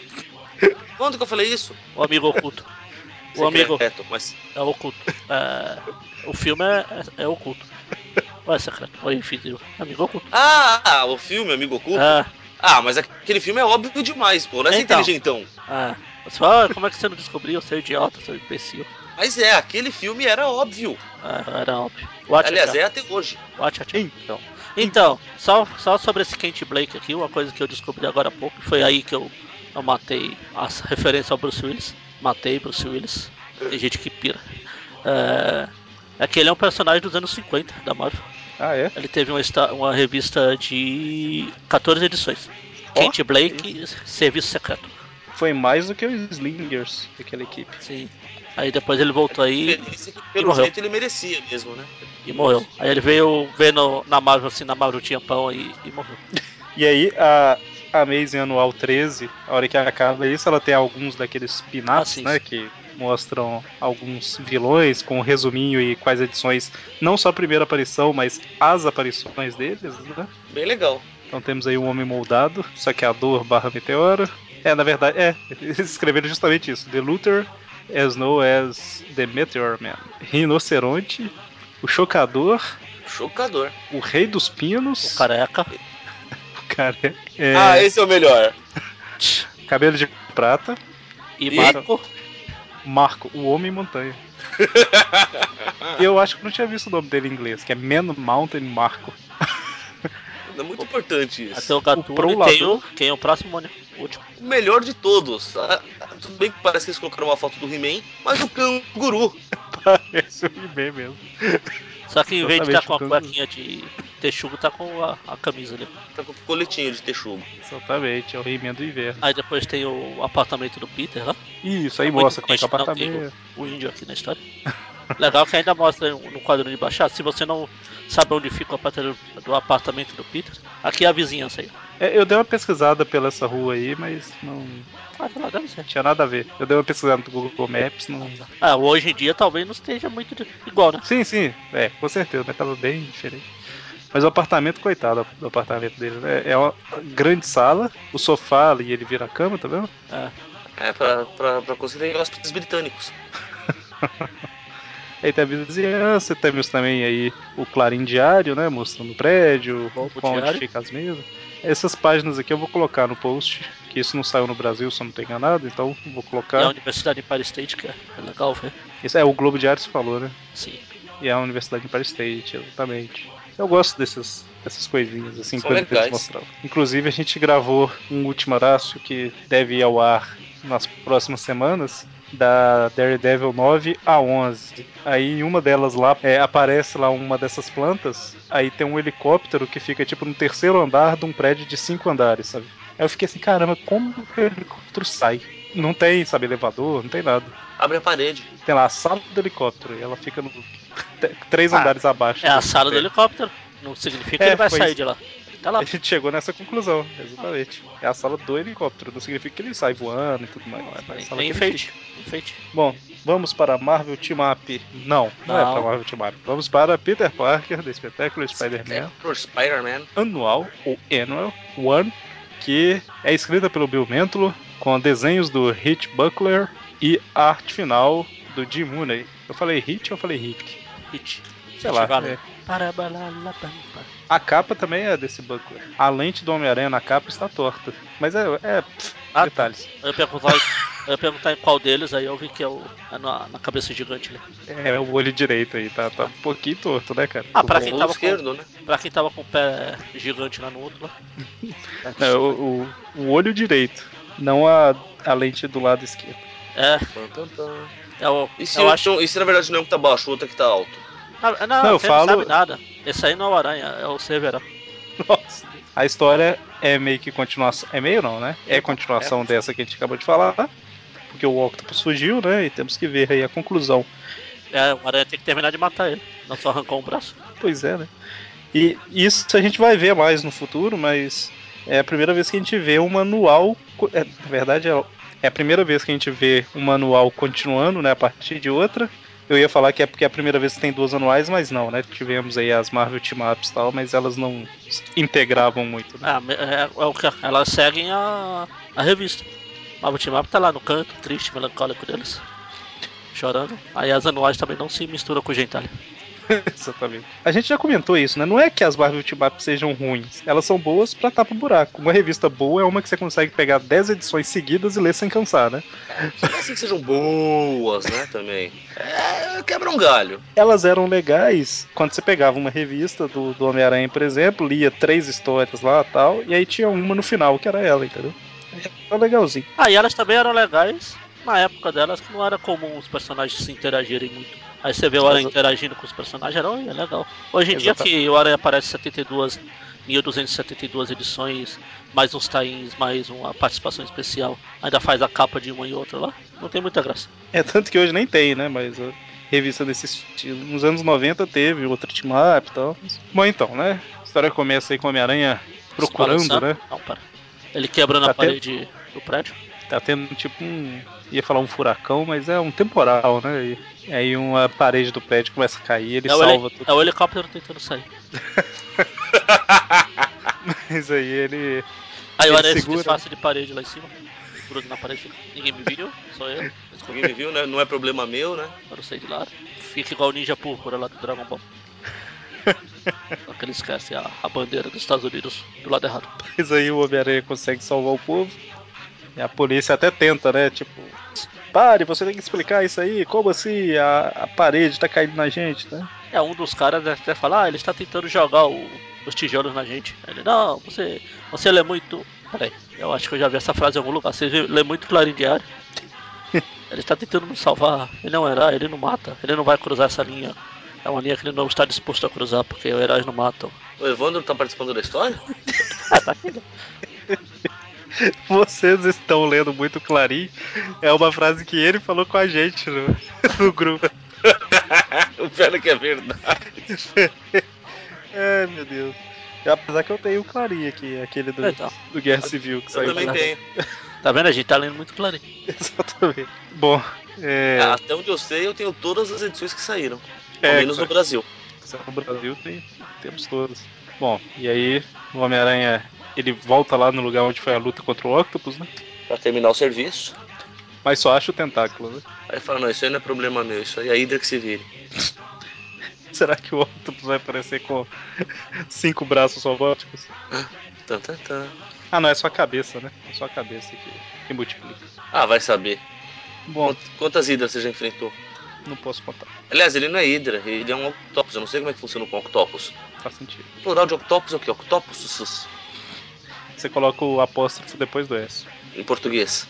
Speaker 4: Quando que eu falei isso?
Speaker 3: Ah, o amigo oculto. O amigo
Speaker 4: Secreto, mas
Speaker 3: é oculto. É, o filme é, é, é oculto. Ou é secreto? Ou enfim, é amigo oculto.
Speaker 4: ah, ah, o filme Amigo Oculto?
Speaker 3: Ah,
Speaker 4: Ah, mas aquele filme é óbvio demais, pô, não é
Speaker 3: Então.
Speaker 4: inteligentão.
Speaker 3: ah. Você fala, "Ah, como é que você não descobriu? Seu idiota, seu imbecil.
Speaker 4: Mas é, aquele filme era óbvio.
Speaker 3: Ah, era óbvio. Watch
Speaker 4: Aliás,
Speaker 3: Aliás,
Speaker 4: é até hoje.
Speaker 1: Então.
Speaker 3: Então, só, só sobre esse Kent Blake aqui, uma coisa que eu descobri agora há pouco, foi aí que eu, eu matei a referência ao Bruce Willis. Matei Bruce Willis. Tem gente que pira. É, é que ele é um personagem dos anos 50 da Marvel.
Speaker 1: Ah, é?
Speaker 3: Ele teve uma, esta- uma revista de 14 edições.
Speaker 1: Ó.
Speaker 3: Kent Blake, Serviço Secreto.
Speaker 1: Foi mais do que o Slingers daquela equipe.
Speaker 3: Sim. Aí depois ele voltou aí
Speaker 4: Esse aqui,
Speaker 3: e
Speaker 4: pelo
Speaker 3: morreu.
Speaker 4: jeito ele merecia mesmo, né?
Speaker 3: e morreu. Aí ele veio vendo na Marvel assim, na Marvel tinha pão e, e morreu.
Speaker 1: E aí, a a Amazing Anual 13, a hora que acaba isso, ela tem alguns daqueles pin-ups,
Speaker 3: Ah, sim.
Speaker 1: né? Que mostram alguns vilões com um resuminho e quais edições, não só a primeira aparição, mas as aparições deles, né?
Speaker 4: Bem legal.
Speaker 1: Então temos aí um homem moldado, saqueador barra meteoro. É, na verdade, é, eles escreveram justamente isso. The Luther, as known as The Meteor Man. Rinoceronte, o Chocador,
Speaker 4: Chocador.
Speaker 1: o Rei dos Pinos.
Speaker 3: O careca.
Speaker 1: o cara é,
Speaker 4: Ah, esse é o melhor.
Speaker 1: Cabelo de prata.
Speaker 3: E
Speaker 4: E-
Speaker 3: Marco.
Speaker 1: Marco, o Homem Montanha.
Speaker 3: Ah.
Speaker 1: E eu acho que não tinha visto o nome dele em inglês, que é Man Mountain Marco.
Speaker 4: É muito importante isso.
Speaker 3: Até o Gatuno e
Speaker 1: Prolador.
Speaker 3: tem o, quem é o próximo Mônio? O último.
Speaker 4: O melhor de todos. Ah, tudo bem que parece que eles colocaram uma foto do He-Man, mas o canguru.
Speaker 1: Parece é o He-Man mesmo.
Speaker 3: Só que em vez de
Speaker 1: Exatamente,
Speaker 3: estar com a
Speaker 1: o Gatuno.
Speaker 3: cuequinha de texugo, tá com a, a camisa ali.
Speaker 4: Tá com o coletinho de texugo.
Speaker 1: Exatamente, é o He-Man do inverno.
Speaker 3: Aí depois tem o apartamento do Peter lá.
Speaker 1: Isso, aí
Speaker 3: muito
Speaker 1: mostra como é que é o
Speaker 3: triste, não,
Speaker 1: apartamento.
Speaker 3: o índio aqui na história. Legal que ainda mostra no quadrinho de baixo. Ah, Se você não sabe onde fica o apartamento do apartamento do Peter, aqui é a vizinhança aí.
Speaker 1: É, eu dei uma pesquisada pela essa rua aí, mas não
Speaker 3: Ah, sei lá, deve ser.
Speaker 1: tinha nada a ver. Eu dei uma pesquisada no Google Maps, não.
Speaker 3: Ah, hoje em dia talvez não esteja muito de- igual, né?
Speaker 1: Sim, sim, é, com certeza, mas tava bem diferente. Mas o apartamento, coitado do apartamento dele, né? É uma grande sala, o sofá ali ele vira a cama, tá vendo?
Speaker 4: É, pra, pra, pra conseguir hóspedes britânicos.
Speaker 1: Aí tem a vizinhança, temos também aí o clarim diário, né? Mostrando o prédio,
Speaker 3: Bom, o
Speaker 1: com onde
Speaker 3: diário.
Speaker 1: fica as mesas. Essas páginas aqui eu vou colocar no post, que isso não saiu no Brasil, se eu não tô enganado, então vou
Speaker 3: E É a
Speaker 1: colocar.
Speaker 3: Universidade de Paris State, que é é legal ver.
Speaker 1: Isso é o Globo Diário se falou, né?
Speaker 3: Sim.
Speaker 1: E a Universidade de Empire State, exatamente. Eu gosto desses, dessas coisinhas, assim,
Speaker 4: São
Speaker 1: coisas que eles
Speaker 4: legais.
Speaker 1: mostravam. Inclusive, a gente gravou um último araço que deve ir ao ar nas próximas semanas, da Daredevil 9 a 11. Aí em uma delas lá é, aparece lá uma dessas plantas, aí tem um helicóptero que fica tipo no terceiro andar de um prédio de cinco andares, sabe? Aí eu fiquei assim, caramba, como que o helicóptero sai? Não tem, sabe, elevador, não tem nada.
Speaker 4: Abre a parede.
Speaker 1: Tem lá a sala do helicóptero e ela fica no t- três
Speaker 3: Ah,
Speaker 1: andares abaixo.
Speaker 3: É a sala do helicóptero. Não significa que
Speaker 1: É,
Speaker 3: ele vai
Speaker 1: foi
Speaker 3: sair
Speaker 1: isso.
Speaker 3: de lá. Tá lá.
Speaker 1: A gente chegou nessa conclusão, exatamente. É a sala do helicóptero, não significa que ele sai voando e tudo mais. É a sala
Speaker 3: Tem
Speaker 1: que ele
Speaker 3: enfeite. Enfeite.
Speaker 1: Bom, vamos para Marvel Team Up. Não, não, é
Speaker 3: Não.
Speaker 1: para Marvel Team Up. Vamos para Peter Parker, do espetáculo Spider-Man,
Speaker 4: Pro É, Spider-Man.
Speaker 1: anual, ou Annual One, que é escrita pelo Bill Mantlo, com desenhos do Hit Buckler e a arte final do Jim Mooney. Eu falei Hit ou eu falei Hit?
Speaker 3: Hit.
Speaker 1: Sei lá.
Speaker 3: Vale.
Speaker 1: é.
Speaker 3: Para, bala, la, bam, bam.
Speaker 1: A capa também é desse Buckler. A lente do Homem-Aranha na capa está torta. Mas é, é pff,
Speaker 3: Ah,
Speaker 1: detalhes.
Speaker 3: Eu ia perguntar, eu ia perguntar em qual deles, aí eu vi que é, o, é na, na cabeça gigante ali.
Speaker 1: É, o olho direito aí, tá, tá um pouquinho torto, né, cara?
Speaker 3: Ah, pra
Speaker 4: O
Speaker 3: quem
Speaker 4: lado
Speaker 3: tava com,
Speaker 4: esquerdo, né?
Speaker 3: pra quem tava com o pé gigante lá no outro lá.
Speaker 1: Não, É, o, o- o olho direito, não a, a lente do lado esquerdo.
Speaker 3: É,
Speaker 4: Pam, pam, pam.
Speaker 3: é o.
Speaker 4: E se,
Speaker 3: eu
Speaker 4: o-
Speaker 3: acho.
Speaker 4: e se na verdade não é um que tá baixo, o outro é que tá alto?
Speaker 3: Não, não,
Speaker 1: Não, eu
Speaker 3: você
Speaker 1: falo-
Speaker 3: não sabe nada. Esse aí não é o Aranha, é o Severa.
Speaker 1: Nossa. A história é meio que continuação. É meio não, né? É continuação dessa que a gente acabou de falar, porque o Octopus fugiu, né? E temos que ver aí a conclusão.
Speaker 3: É, o Aranha tem que terminar de matar ele. Não só arrancou um braço.
Speaker 1: Pois é, né? E isso a gente vai ver mais no futuro, mas é a primeira vez que a gente vê um manual. co- é, na verdade, é- é a primeira vez que a gente vê um manual continuando, né? A partir de outra. Eu ia falar que é porque é a primeira vez que tem duas anuais, mas não, né? Tivemos aí as Marvel Team Ups e tal, mas elas não se integravam muito, né?
Speaker 3: Ah, me- é, é o que elas seguem a, a revista. Mas o Timap tá lá no canto, triste, melancólico deles. Chorando. Aí as anuais também não se misturam com o gentalha.
Speaker 1: Exatamente. A gente já comentou isso, né? Não é que as Marvel Team Ups sejam ruins, elas são boas pra tapar buraco. Uma revista boa é uma que você consegue pegar 10 edições seguidas e ler sem cansar, né?
Speaker 4: Não é assim que sejam boas, né, também. É, quebra um galho.
Speaker 1: elas eram legais quando você pegava uma revista do, do Homem-Aranha, por exemplo, lia três histórias lá tal, e aí tinha uma no final que era ela, entendeu? Era legalzinho.
Speaker 3: Ah, e elas também eram legais na época delas, que não era comum os personagens se interagirem muito. Aí você vê o Aranha
Speaker 1: Exa-
Speaker 3: interagindo com os personagens, era "Olha, legal. Hoje em dia
Speaker 1: Exata-
Speaker 3: que o Aranha aparece 72, 1272 edições, mais uns tains, mais uma participação especial, ainda faz a capa de uma e outra lá, não tem muita graça.
Speaker 1: É tanto que hoje nem tem, né? Mas ó, revista desse estilo. Nos anos 90 teve outra team up e tal. Bom, então, né? A história começa aí com o Homem-Aranha procurando,
Speaker 3: balançando.
Speaker 1: né?
Speaker 3: Não, para. Ele quebra na
Speaker 1: Tá tendo-
Speaker 3: parede do prédio.
Speaker 1: Tá tendo tipo um. ia falar um furacão, mas é um temporal, né? E aí uma parede do prédio começa a cair, ele
Speaker 3: é, o
Speaker 1: salva
Speaker 3: heli-
Speaker 1: tudo.
Speaker 3: é o helicóptero tentando sair.
Speaker 1: Mas aí ele.
Speaker 3: Aí o
Speaker 1: Ele
Speaker 3: Aranha se
Speaker 1: segura,
Speaker 3: disfarça de parede lá em cima. Gruda na parede fica. Ninguém me viu, sou eu.
Speaker 4: Ninguém me viu, né? Não é problema meu, né?
Speaker 3: Eu não sei de lá. Fica igual o Ninja Púrpura lá do Dragon Ball. Só que ele esquece a, a bandeira dos Estados Unidos do lado errado.
Speaker 1: Mas aí o Homem-Aranha consegue salvar o povo. E a polícia até tenta, né? Tipo, pare, você tem que explicar isso aí. Como assim a, a parede tá caindo na gente, né?
Speaker 3: É, um dos caras até fala, ah, ele está tentando jogar o- os tijolos na gente. Aí ele, não, você, você lê muito... Peraí, eu acho que eu já vi essa frase em algum lugar. Você vê- lê muito Clarim Diário. Ele está tentando nos salvar. Ele é um herói, ele não mata. Ele não vai cruzar essa linha. É uma linha que ele não está disposto a cruzar, porque heróis não matam.
Speaker 4: O Evandro tá participando da história?
Speaker 1: Vocês estão lendo muito Clarim. É uma frase que ele falou com a gente no, no grupo.
Speaker 4: o pior é que é verdade.
Speaker 1: Ai, É, meu Deus. Apesar que eu tenho o Clarim aqui, aquele do,
Speaker 3: Então,
Speaker 1: do Guerra Civil que
Speaker 4: É. Eu
Speaker 1: saiu.
Speaker 4: também
Speaker 1: pela-
Speaker 4: tenho.
Speaker 3: tá vendo? A gente tá lendo muito Clarim.
Speaker 1: Exatamente. Bom, é.
Speaker 4: Ah, Até onde eu sei, eu tenho todas as edições que saíram.
Speaker 1: é,
Speaker 4: ao menos no Brasil.
Speaker 1: Se é no Brasil, tem, temos todas. Bom, e aí o Homem-Aranha ele volta lá no lugar onde foi a luta contra o Octopus, né?
Speaker 4: Pra terminar o serviço.
Speaker 1: Mas só acha o tentáculo, né?
Speaker 4: Aí fala, não, isso aí não é problema meu, isso aí é a Hydra que se vire.
Speaker 1: Será que o Octopus vai aparecer com cinco braços robóticos?
Speaker 4: Tan, tan, tan.
Speaker 1: Ah, não, é só a cabeça, né? É só a cabeça que, que multiplica.
Speaker 4: Ah, vai saber.
Speaker 1: Bom,
Speaker 4: Quant- Quantas Hydras você já enfrentou?
Speaker 1: não posso contar.
Speaker 4: Aliás, ele não é Hydra, ele é um Octopus. Eu não sei como é que funciona com Octopus.
Speaker 1: Faz sentido.
Speaker 4: Plural de Octopus é o quê? Octopuses?
Speaker 1: Você coloca o apóstrofo depois do S.
Speaker 4: Em português.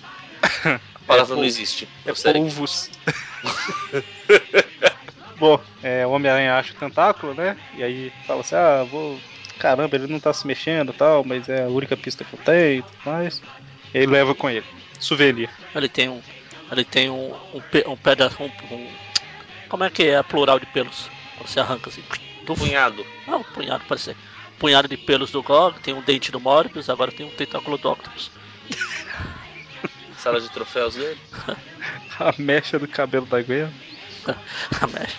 Speaker 4: A palavra
Speaker 1: É,
Speaker 4: não
Speaker 1: pol-
Speaker 4: existe.
Speaker 1: É
Speaker 4: Sério.
Speaker 1: polvos. Bom, é, o Homem-Aranha acha o tentáculo, né? E aí fala assim, ah, vou. Caramba, ele não tá se mexendo e tal, mas é a única pista que eu tenho e tudo mais. E aí leva com ele. Souvenir.
Speaker 3: Ele tem um. Ele tem um, um, pe- um pedaço. Um, um- como é que é a plural de pelos? Você arranca assim. Do
Speaker 4: Punhado.
Speaker 3: Ah, um punhado, parece. Punhado de pelos do Gog, tem um dente do Morbius, agora tem um tentáculo do Octopus.
Speaker 4: Sala de troféus dele.
Speaker 1: A mecha do cabelo da Gwen.
Speaker 3: A mecha.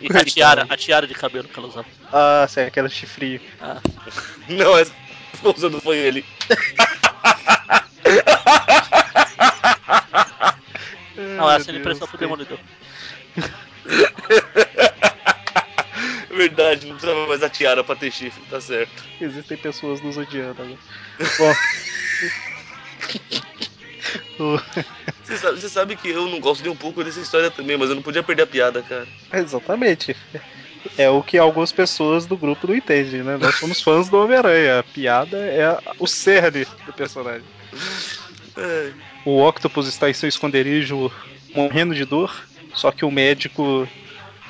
Speaker 3: E a tiara, a tiara de cabelo que ela usava.
Speaker 1: Ah, sério, aquela chifrinha.
Speaker 3: Ah,
Speaker 4: não, essa esposa não foi ele.
Speaker 3: não,
Speaker 1: Ai,
Speaker 3: Ah, essa é
Speaker 1: meu
Speaker 3: ele prestou
Speaker 1: Deus,
Speaker 3: pro Demolidor.
Speaker 4: É Verdade, não precisava mais a tiara pra ter chifre, tá certo.
Speaker 1: tem- Existem pessoas nos odiando agora. Bom. O-
Speaker 4: Você sabe, você sabe que eu não gosto nem um pouco dessa história também, mas eu não podia perder a piada, cara.
Speaker 1: Exatamente. É o que algumas pessoas do grupo não entendem, né? Nós somos fãs do Homem-Aranha. A piada é a- o cerne do personagem.
Speaker 4: É.
Speaker 1: O Octopus está em seu esconderijo morrendo de dor, só que o médico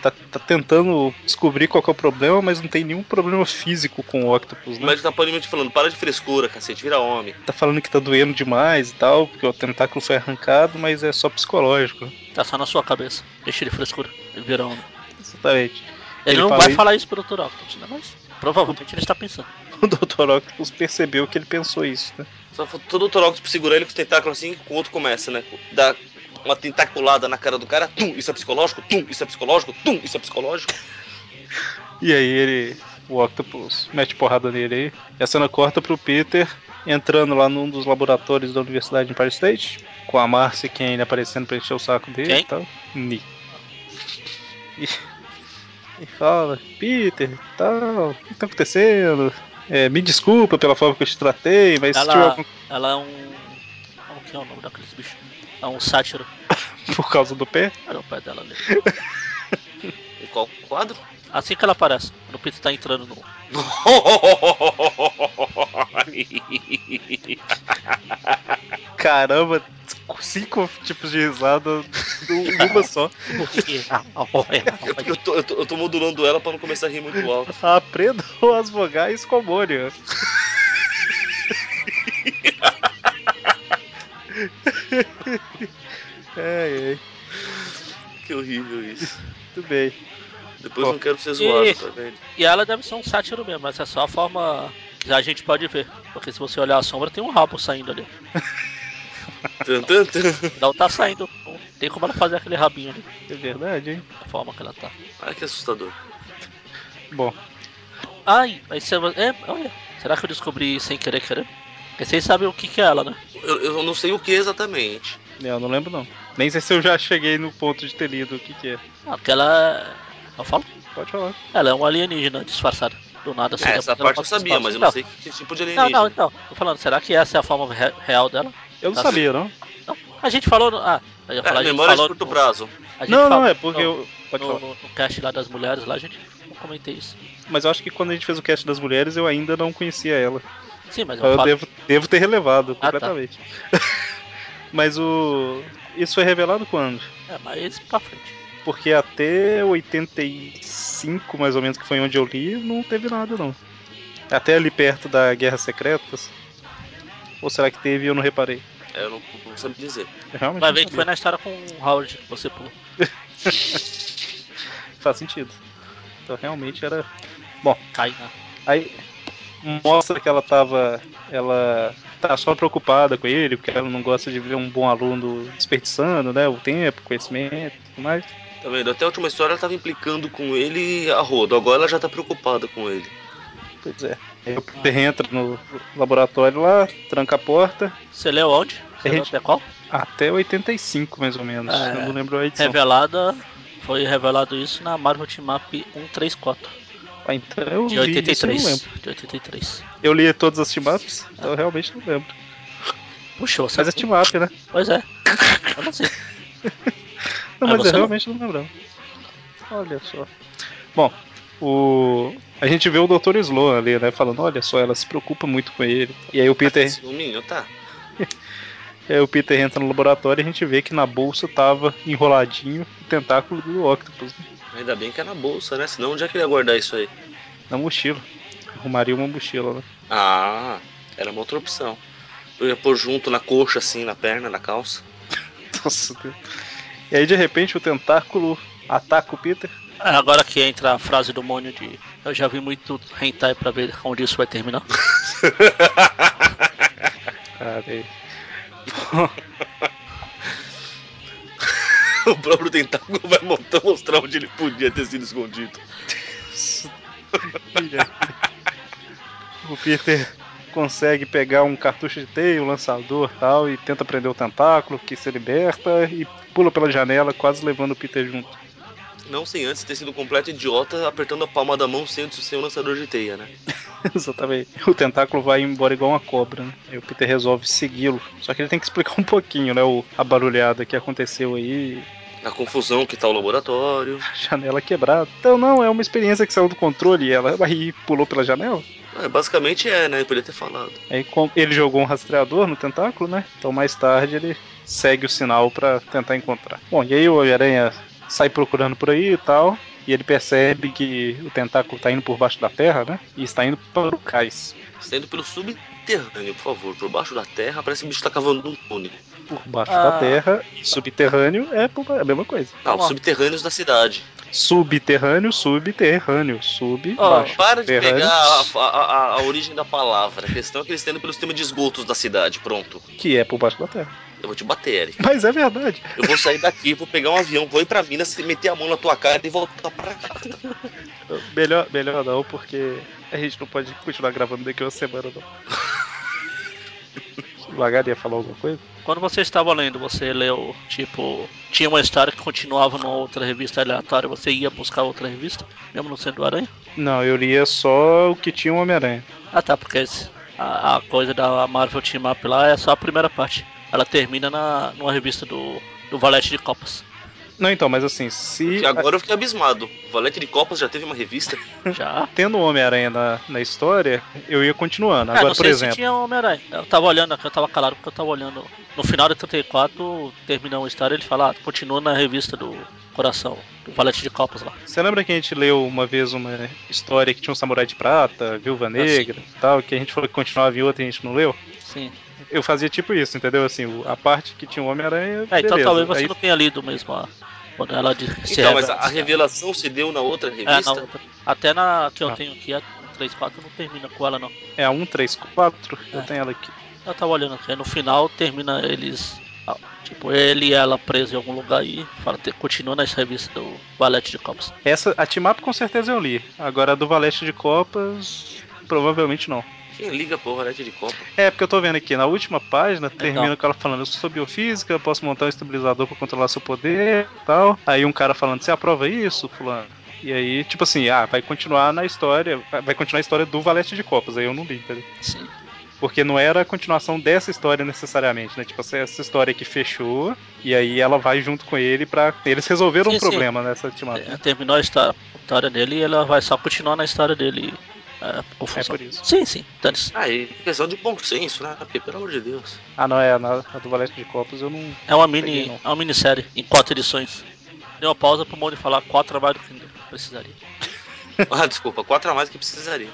Speaker 1: tá, tá tentando descobrir qual que é o problema, mas não tem nenhum problema físico com o Octopus,
Speaker 4: O
Speaker 1: né?
Speaker 4: médico tá panimamente falando, para de frescura, cacete, vira homem.
Speaker 1: Tá falando que tá doendo demais e tal, porque o tentáculo foi arrancado, mas é só psicológico.
Speaker 3: Tá só na sua cabeça. Deixa de frescura. Ele virou um.
Speaker 1: Exatamente.
Speaker 3: Ele,
Speaker 1: Ele
Speaker 3: não
Speaker 1: fala
Speaker 3: vai
Speaker 1: isso?
Speaker 3: falar isso pro Dr. Octopus, né? Mas provavelmente ele está pensando.
Speaker 1: O Dr. Octopus percebeu que ele pensou isso, né?
Speaker 4: Só faltou o Dr. Octopus segurar ele com os tentáculos assim, com o outro começa, né? Dá uma tentaculada na cara do cara, tum, isso é psicológico, tum, isso é psicológico, tum, isso é psicológico.
Speaker 1: E aí ele, o Octopus, mete porrada nele aí. E a cena corta pro Peter entrando lá num dos laboratórios da Universidade de Empire State, com a Marcy Kane aparecendo pra encher o saco dele
Speaker 3: Quem?
Speaker 1: e tal. Ni. E, e fala, Peter, tal, o que tá acontecendo? É, me desculpa pela forma que eu te tratei, mas se
Speaker 3: Ela-
Speaker 1: tiver tipo algum-
Speaker 3: Ela é um. Qual que é o nome daqueles bichos? É um sátiro.
Speaker 1: por causa do pé,
Speaker 3: Olha o pé dela ali.
Speaker 4: Em qual quadro?
Speaker 3: Assim que ela aparece, quando o Peter tá entrando no.
Speaker 1: caramba, cinco tipos de risada num- numa só.
Speaker 3: Ah,
Speaker 4: É porque eu tô, eu, tô, eu tô modulando ela pra não começar a rir muito alto.
Speaker 1: Aprendam as vogais com Mônia. É, é,
Speaker 4: Que horrível isso.
Speaker 1: muito bem.
Speaker 4: Depois
Speaker 1: Ó.
Speaker 4: eu não quero ser zoado,
Speaker 3: Ih.
Speaker 4: tá vendo?
Speaker 3: E ela deve ser um sátiro mesmo, mas é só a forma. Já a gente pode ver. Porque se você olhar a sombra, tem um rabo saindo ali.
Speaker 4: Tan, tan, tan.
Speaker 3: Não tá saindo. Não tem como ela fazer aquele rabinho ali.
Speaker 1: É verdade, hein?
Speaker 3: Da forma que ela tá.
Speaker 4: Ai, que assustador.
Speaker 1: Bom,
Speaker 3: Ai, mas você. É, olha. Será que eu descobri sem querer, querer? Porque vocês sabem o que, que é ela, né?
Speaker 4: Eu, eu não sei o que exatamente.
Speaker 1: eu não lembro não. Nem sei se eu já cheguei no ponto de ter lido o que, que é.
Speaker 3: Ah, Porque ela. é, Eu falo?
Speaker 1: Pode falar.
Speaker 3: Ela é um alienígena disfarçada. Do nada assim,
Speaker 4: É,
Speaker 3: depois
Speaker 4: essa
Speaker 3: ela
Speaker 4: parte eu
Speaker 3: passa
Speaker 4: sabia,
Speaker 3: espaço.
Speaker 4: mas eu não sei que tipo de
Speaker 3: Não,
Speaker 4: alienígena.
Speaker 3: não, então. Tô falando, será que essa é a forma re- real dela?
Speaker 1: Eu não
Speaker 3: Tá
Speaker 1: sabia, não.
Speaker 3: Não. A gente falou. No... Ah, eu ia falar,
Speaker 4: É,
Speaker 3: a gente
Speaker 4: memória de
Speaker 3: falou
Speaker 4: curto
Speaker 3: no-
Speaker 4: prazo.
Speaker 3: a gente
Speaker 1: Não, não,
Speaker 3: falou
Speaker 1: é porque
Speaker 3: no-
Speaker 1: eu. Pode
Speaker 3: no,
Speaker 1: falar.
Speaker 3: no, no cast lá das mulheres, lá a gente eu comentei isso.
Speaker 1: Mas eu acho que quando a gente fez o cast das mulheres, eu ainda não conhecia ela.
Speaker 3: Sim, mas é um
Speaker 1: Então
Speaker 3: eu,
Speaker 1: eu
Speaker 3: falo.
Speaker 1: devo, devo ter relevado
Speaker 3: Ah, tá.
Speaker 1: completamente. Mas o. Isso foi revelado quando?
Speaker 3: É, mas pra frente.
Speaker 1: Porque até 85, mais ou menos, que foi onde eu li, não teve nada, não. Até ali perto da Guerra Secretas. Ou será que teve e eu não reparei?
Speaker 4: É, eu não, não sabe dizer.
Speaker 1: Eu realmente
Speaker 3: Vai
Speaker 1: não
Speaker 3: ver que foi
Speaker 1: sabia.
Speaker 3: na história com o Howard que você pulou. né?
Speaker 1: Faz sentido. Então realmente era.
Speaker 3: Cai na.
Speaker 1: Aí mostra que ela tava. Ela tá só preocupada com ele, porque ela não gosta de ver um bom aluno desperdiçando, né? O tempo, o conhecimento e tudo mais.
Speaker 4: Tá vendo? Até a última história ela tava implicando com ele a rodo. Agora ela já tá preocupada com ele.
Speaker 1: Pois é. Aí o Peter entra no laboratório lá, tranca a porta.
Speaker 3: Você leu onde? Você
Speaker 1: A
Speaker 3: leu
Speaker 1: gente-
Speaker 3: até qual?
Speaker 1: Até 85, mais ou menos.
Speaker 3: É.
Speaker 1: Eu não lembro a edição.
Speaker 3: Revelada. Foi revelado isso na Marvel Team Map 134,
Speaker 1: Ah, então eu
Speaker 3: de
Speaker 1: vi isso, eu não lembro.
Speaker 3: 83. De 83.
Speaker 1: Eu li todas as team-ups, então eu realmente não lembro.
Speaker 3: Puxou,
Speaker 1: Mas
Speaker 3: sabe?
Speaker 1: é team-up, né?
Speaker 3: Pois é. Eu não sei.
Speaker 1: Não,
Speaker 3: Ah,
Speaker 1: mas
Speaker 3: você
Speaker 1: eu
Speaker 3: não-
Speaker 1: realmente não lembrava. Olha só. Bom, o... a gente vê o Dr. Sloan ali, né? Falando, olha só, ela se preocupa muito com ele. E aí o Peter,
Speaker 4: Ciúminho, tá?
Speaker 1: Aí o Peter entra no laboratório e a gente vê que na bolsa tava enroladinho o tentáculo do Octopus né?
Speaker 4: Ainda bem que é na bolsa, né? Senão onde é que ele ia guardar isso aí?
Speaker 1: na mochila. Arrumaria uma mochila, né?
Speaker 4: Ah, era uma outra opção. Eu ia pôr junto na coxa, assim, na perna, na calça.
Speaker 1: Nossa Deus. E aí de repente o tentáculo ataca o Peter.
Speaker 3: Ah, Agora que entra a frase do Mônio de eu já vi muito hentai pra ver onde isso vai terminar.
Speaker 1: Cara, aí.
Speaker 4: o próprio tentáculo vai montar- mostrar onde ele podia ter sido escondido.
Speaker 1: E aí, o Peter consegue pegar um cartucho de teia, um lançador tal, e tenta prender o tentáculo, que se liberta e pula pela janela, quase levando o Peter junto.
Speaker 4: Não sem antes ter sido um completo idiota apertando a palma da mão sem sem o lançador de teia, né?
Speaker 1: Exatamente. O tentáculo vai embora igual uma cobra, né? Aí o Peter resolve segui-lo. Só que ele tem que explicar um pouquinho, né? O, a barulhada que aconteceu aí,
Speaker 4: Na confusão que tá o laboratório.
Speaker 1: a janela quebrada. Então, não, é uma experiência que saiu do controle e ela aí pulou pela janela.
Speaker 4: É, basicamente é, né? Eu podia ter falado.
Speaker 1: Aí com- ele jogou um rastreador no tentáculo, né? Então mais tarde ele segue o sinal pra tentar encontrar. Bom, e aí o Homem-Aranha sai procurando por aí e tal. E ele percebe que o tentáculo tá indo por baixo da terra, né? E está indo para o cais.
Speaker 4: Saindo pelo subterrâneo, por favor. Por baixo da terra, parece que o bicho tá cavando um túnel.
Speaker 1: Por baixo da
Speaker 3: Ah.
Speaker 1: terra e subterrâneo é por- é a mesma coisa.
Speaker 4: Ah, os
Speaker 3: Ó.
Speaker 4: subterrâneos da cidade.
Speaker 1: Subterrâneo, subterrâneo, sub,
Speaker 3: Ó,
Speaker 1: baixo.
Speaker 4: Para de
Speaker 1: Terrâneos.
Speaker 4: pegar a, a- a- a origem da palavra. A questão é que eles estão indo pelo sistema de esgotos da cidade. Pronto.
Speaker 1: Que é por baixo da terra.
Speaker 4: Eu vou te bater, Eric.
Speaker 1: Mas é verdade.
Speaker 4: Eu vou sair daqui, vou pegar um avião, vou ir pra Minas, meter a mão na tua cara e voltar pra cá.
Speaker 1: Melhor, melhor não, porque a gente não pode continuar gravando daqui a uma semana, não. Devagar ia falar alguma coisa?
Speaker 3: Quando você estava lendo, você leu, tipo, tinha uma história que continuava numa outra revista aleatória, você ia buscar outra revista, mesmo não sendo Aranha?
Speaker 1: Não, eu lia só o que tinha o Homem-Aranha.
Speaker 3: Ah tá, porque esse- a, a coisa da Marvel Team Up lá é só a primeira parte. Ela termina na, numa revista do, do Valete de Copas.
Speaker 1: Não, então, mas assim, se
Speaker 4: E agora eu fiquei abismado. O Valete de Copas já teve uma revista?
Speaker 3: Já.
Speaker 1: tendo o Homem-Aranha na, na história, eu ia continuando.
Speaker 3: Ah,
Speaker 1: Agora,
Speaker 3: não
Speaker 1: por
Speaker 3: sei
Speaker 1: exemplo,
Speaker 3: se tinha Homem-Aranha. Eu tava olhando aqui, eu tava calado porque eu tava olhando. No final de 34, terminou uma história, ele fala, ah, continua na revista do Coração, do Valete de Copas lá.
Speaker 1: você lembra que a gente leu uma vez uma história que tinha um samurai de prata,
Speaker 3: Ah,
Speaker 1: viúva negra e tal, que a gente falou que continuava e outra e a gente não leu?
Speaker 3: Sim.
Speaker 1: Eu fazia tipo isso, entendeu? Assim, o- a parte que tinha o Homem-Aranha.
Speaker 3: É, então
Speaker 1: beleza.
Speaker 3: talvez você
Speaker 1: Aí-
Speaker 3: não tenha lido mesmo a, quando ela de, se
Speaker 4: Então, mas a, a
Speaker 3: revela-
Speaker 4: revelação se deu na outra
Speaker 3: É,
Speaker 4: revista?
Speaker 3: na outra. Até na que eu
Speaker 1: Ah.
Speaker 3: tenho aqui, a 34 não termina com ela não.
Speaker 1: É a 134, eu
Speaker 3: É.
Speaker 1: tenho ela aqui.
Speaker 3: Eu tava olhando aqui, no final termina eles. ah, Tipo, ele e ela presos em algum lugar e fala, "Te- continua nessa revista do Valete de Copas.
Speaker 1: Essa, a Timap com certeza eu li. Agora a do Valete de Copas, provavelmente não.
Speaker 4: Quem liga pro Valete de Copa?
Speaker 1: É, porque eu tô vendo aqui, na última página, termina com ela falando, eu sou biofísica, eu posso montar um estabilizador pra controlar seu poder e tal. Aí um cara falando, você aprova isso, fulano? E aí, tipo assim, ah, vai continuar na história, vai continuar a história do Valete de Copas, aí eu não li, entendeu?
Speaker 3: Sim.
Speaker 1: Porque não era a continuação dessa história necessariamente, né? Tipo, essa, essa história que fechou, e aí ela vai junto com ele pra. Eles resolveram
Speaker 3: Sim,
Speaker 1: um
Speaker 3: sim.
Speaker 1: problema nessa ultimata.
Speaker 3: É, terminou a história, a história dele e ela vai só continuar na história dele. É,
Speaker 1: É
Speaker 3: confusão.
Speaker 1: por isso.
Speaker 3: Sim, sim. dane-se.
Speaker 4: Aí, questão de bom senso, né? Porque, pelo amor de Deus.
Speaker 1: Ah, não, é. Na, a do Valete de Copos eu não.
Speaker 3: É uma
Speaker 1: Peguei,
Speaker 3: mini.
Speaker 1: não.
Speaker 3: É uma minissérie em quatro edições. Deu uma pausa pro Moni falar quatro a mais do que precisaria.
Speaker 4: Ah, desculpa, quatro a mais que precisaria.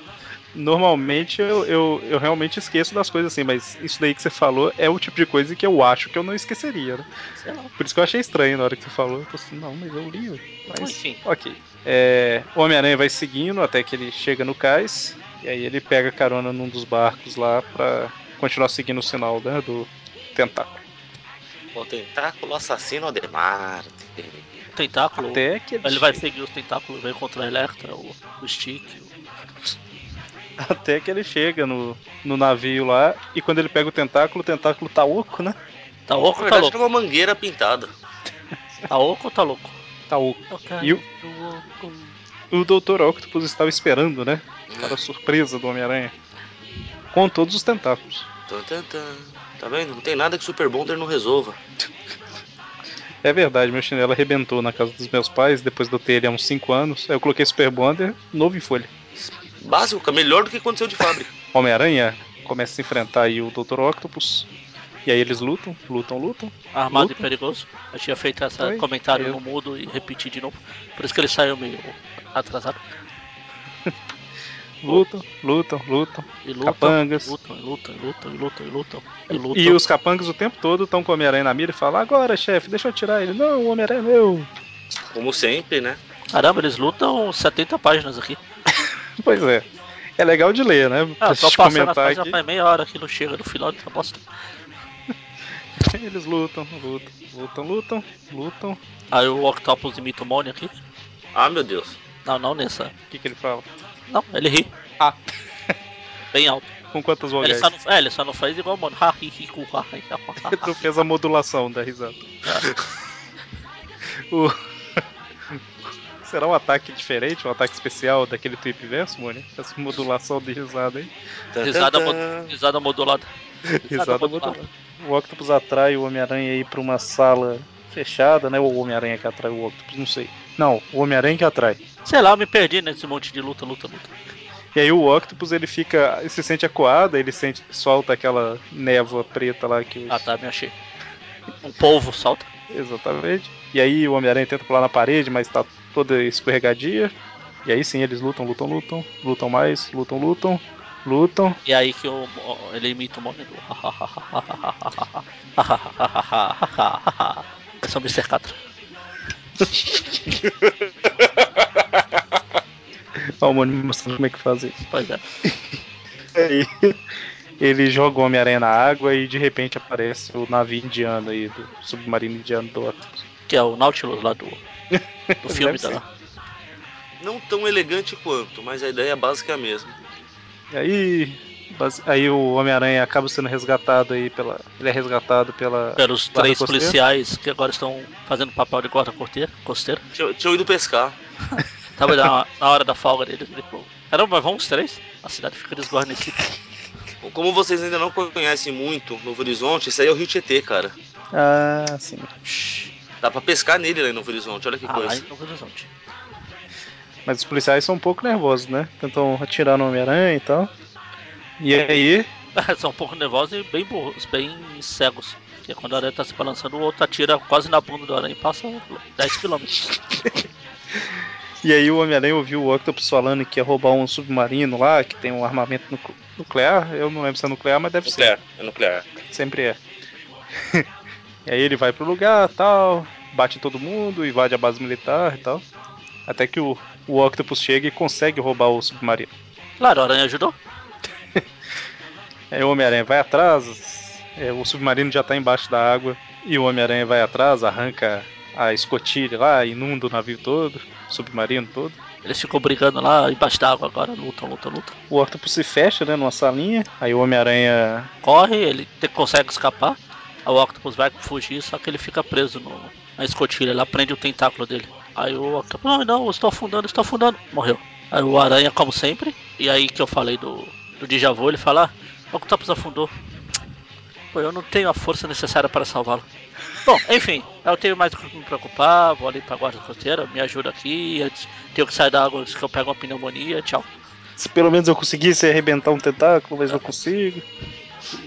Speaker 1: Normalmente eu, eu, eu realmente esqueço das coisas assim, mas isso daí que você falou é o tipo de coisa que eu acho que eu não esqueceria, né?
Speaker 3: Sei lá.
Speaker 1: Por isso que eu achei estranho na hora que você falou. Eu tô assim, não, mas eu li. ué. Mas,
Speaker 4: Enfim.
Speaker 1: Ok. É, o Homem-Aranha vai seguindo até que ele chega no cais. E aí ele pega carona num dos barcos lá pra continuar seguindo o sinal né, do tentáculo.
Speaker 4: O tentáculo assassino Ademarte.
Speaker 3: O tentáculo.
Speaker 1: Até que ele,
Speaker 3: Ele vai
Speaker 1: chega,
Speaker 3: seguir os tentáculos, vai encontrar a Electra, o, o Stick. o-
Speaker 1: até que ele chega no, no navio lá. E quando ele pega o tentáculo, o tentáculo tá oco, né?
Speaker 3: Tá
Speaker 4: Na
Speaker 3: oco ou tá
Speaker 4: verdade, era
Speaker 3: louco?
Speaker 4: uma mangueira pintada.
Speaker 3: Tá oco ou tá louco?
Speaker 1: Tá oco.
Speaker 3: Eu quero
Speaker 1: é E o-
Speaker 3: do oco.
Speaker 1: O Dr. Octopus estava esperando, né? Para a surpresa do Homem-Aranha. Com todos os tentáculos.
Speaker 4: Tan, tan, tan. Tá vendo? Não tem nada que Super Bonder não resolva.
Speaker 1: É verdade, meu chinelo arrebentou na casa dos meus pais, depois de eu ter ele há uns 5 anos. Aí eu coloquei Super Bonder, novo em folha.
Speaker 4: Básico, melhor do que aconteceu de fábrica.
Speaker 1: Homem-Aranha começa a enfrentar aí o Dr. Octopus. E aí eles lutam, lutam, lutam.
Speaker 3: Armado
Speaker 1: Luta.
Speaker 3: e perigoso. Eu tinha feito esse
Speaker 1: Oi,
Speaker 3: comentário
Speaker 1: eu.
Speaker 3: no mudo e repeti de novo. Por isso que ele saiu meio atrasado.
Speaker 1: Lutam, lutam, lutam.
Speaker 3: E lutam,
Speaker 1: Capangas.
Speaker 3: lutam, e lutam, e lutam, e lutam, e lutam, e lutam.
Speaker 1: E os capangas o tempo todo estão com o Homem-Aranha na mira e falam: Agora, chefe, deixa eu tirar ele. Não, o Homem-Aranha é meu.
Speaker 4: Como sempre, né?
Speaker 3: Caramba, eles lutam 70 páginas aqui.
Speaker 1: Pois é. É legal de ler, né?
Speaker 3: Ah,
Speaker 1: pra
Speaker 3: só
Speaker 1: gente
Speaker 3: passando a
Speaker 1: comentar
Speaker 3: página
Speaker 1: aqui.
Speaker 3: faz meia hora que não chega no final dessa bosta.
Speaker 1: Eles lutam, lutam, lutam, lutam, lutam.
Speaker 3: Aí o Octopus imita o Mônio aqui.
Speaker 4: Ah, meu Deus.
Speaker 3: Não, não nessa.
Speaker 1: O que, que ele fala?
Speaker 3: Não, ele ri.
Speaker 1: Ah.
Speaker 3: Bem alto.
Speaker 1: Com quantas
Speaker 3: Ele
Speaker 1: vogais?
Speaker 3: só, não, é, ele só não faz igual o Mônio. Ha, hi, hi, cu, ha, hi, ha, ha, ha.
Speaker 1: Tu fez a modulação da risada. O- Será um ataque diferente, um ataque especial daquele Trip Verso, Mônica? Essa modulação de risada aí.
Speaker 4: Tan,
Speaker 3: Risada,
Speaker 4: tan,
Speaker 3: mo-
Speaker 4: tan.
Speaker 3: risada modulada.
Speaker 1: Risada modulada. O Octopus atrai o Homem-Aranha aí pra uma sala fechada, né? Ou o Homem-Aranha que atrai o Octopus, não sei. Não, o Homem-Aranha que atrai.
Speaker 3: Sei lá, eu me perdi nesse monte de luta, luta, luta.
Speaker 1: E aí o Octopus ele fica, ele se sente acuado, ele sente, solta aquela névoa preta lá que os-
Speaker 3: Ah tá, me achei. Um polvo salta.
Speaker 1: Exatamente. E aí o Homem-Aranha tenta pular na parede, mas tá toda escorregadia. E aí sim, eles lutam, lutam, lutam, lutam mais, lutam, lutam, lutam.
Speaker 3: E aí que o, o- ele imita o Mônio. Esse é o Mr. Catra.
Speaker 1: Ó, o Mônio me mostrando como é que faz isso.
Speaker 3: Pois é.
Speaker 1: Aí ele joga o Homem-Aranha na água e de repente aparece o navio indiano aí, do submarino indiano do Octopus.
Speaker 3: Que é o Nautilus lá do, do
Speaker 1: Deve
Speaker 3: filme
Speaker 1: ser.
Speaker 3: da.
Speaker 4: Não tão elegante quanto, mas a ideia básica é a mesma.
Speaker 1: E aí. base- Aí o Homem-Aranha acaba sendo resgatado aí pela. Ele é resgatado pela.
Speaker 3: Pelos
Speaker 1: Guarda
Speaker 3: três
Speaker 1: costeiro?
Speaker 3: policiais que agora estão fazendo papel de guarda corteiro- costeiro.
Speaker 4: Tinha, tinha ido pescar.
Speaker 3: Tava na, na hora da folga deles. ele falou, Caramba, mas vamos os três? A cidade fica desguarnecida.
Speaker 4: Como vocês ainda não conhecem muito Novo Horizonte, esse aí é o Rio Tietê, cara.
Speaker 1: Ah, sim.
Speaker 4: Dá pra pescar nele lá em Novo Horizonte, olha que
Speaker 3: Ah, lá
Speaker 4: coisa.
Speaker 3: em Novo Horizonte.
Speaker 1: Mas os policiais são um pouco nervosos, né? Tentam atirar no Homem-Aranha e tal. E aí,
Speaker 3: São um pouco nervosos e bem burros, bem cegos. Porque quando a aranha tá se balançando, o outro atira quase na bunda do aranha e passa 10km.
Speaker 1: e aí o Homem-Aranha ouviu o Octopus falando que ia roubar um submarino lá, que tem um armamento nuc- nuclear. Eu não lembro se é nuclear, mas deve
Speaker 4: Nuclear, é nuclear.
Speaker 1: ser. Sempre é. e aí ele vai pro lugar tal, bate em todo mundo, invade a base militar e tal. Até que o, o Octopus chega e consegue roubar o submarino.
Speaker 3: Claro, a aranha ajudou.
Speaker 1: Aí o Homem-Aranha vai atrás, é, o submarino já tá embaixo da água, e o Homem-Aranha vai atrás, arranca a escotilha lá, inunda o navio todo, o submarino todo.
Speaker 3: Eles ficam brigando lá embaixo da água agora, lutam, lutam, lutam.
Speaker 1: O Octopus se fecha, né, numa salinha, aí o Homem-Aranha...
Speaker 3: Corre, ele te- consegue escapar. Aí O Octopus vai fugir, só que ele fica preso no, na escotilha, lá prende o tentáculo dele. Aí o Octopus, não, não, eu estou afundando, eu estou afundando. Morreu. Aí o Aranha, como sempre, e aí que eu falei do, do Djavu, ele fala, ah, o Octopus afundou. Pô, eu não tenho a força necessária para salvá-lo. Bom, enfim, eu tenho mais o que me preocupar, vou ali pra guarda costeira, me ajuda aqui, antes- tenho que sair da água antes que eu pegue uma pneumonia, tchau.
Speaker 1: Se pelo menos eu conseguisse arrebentar um tentáculo, mas não consigo.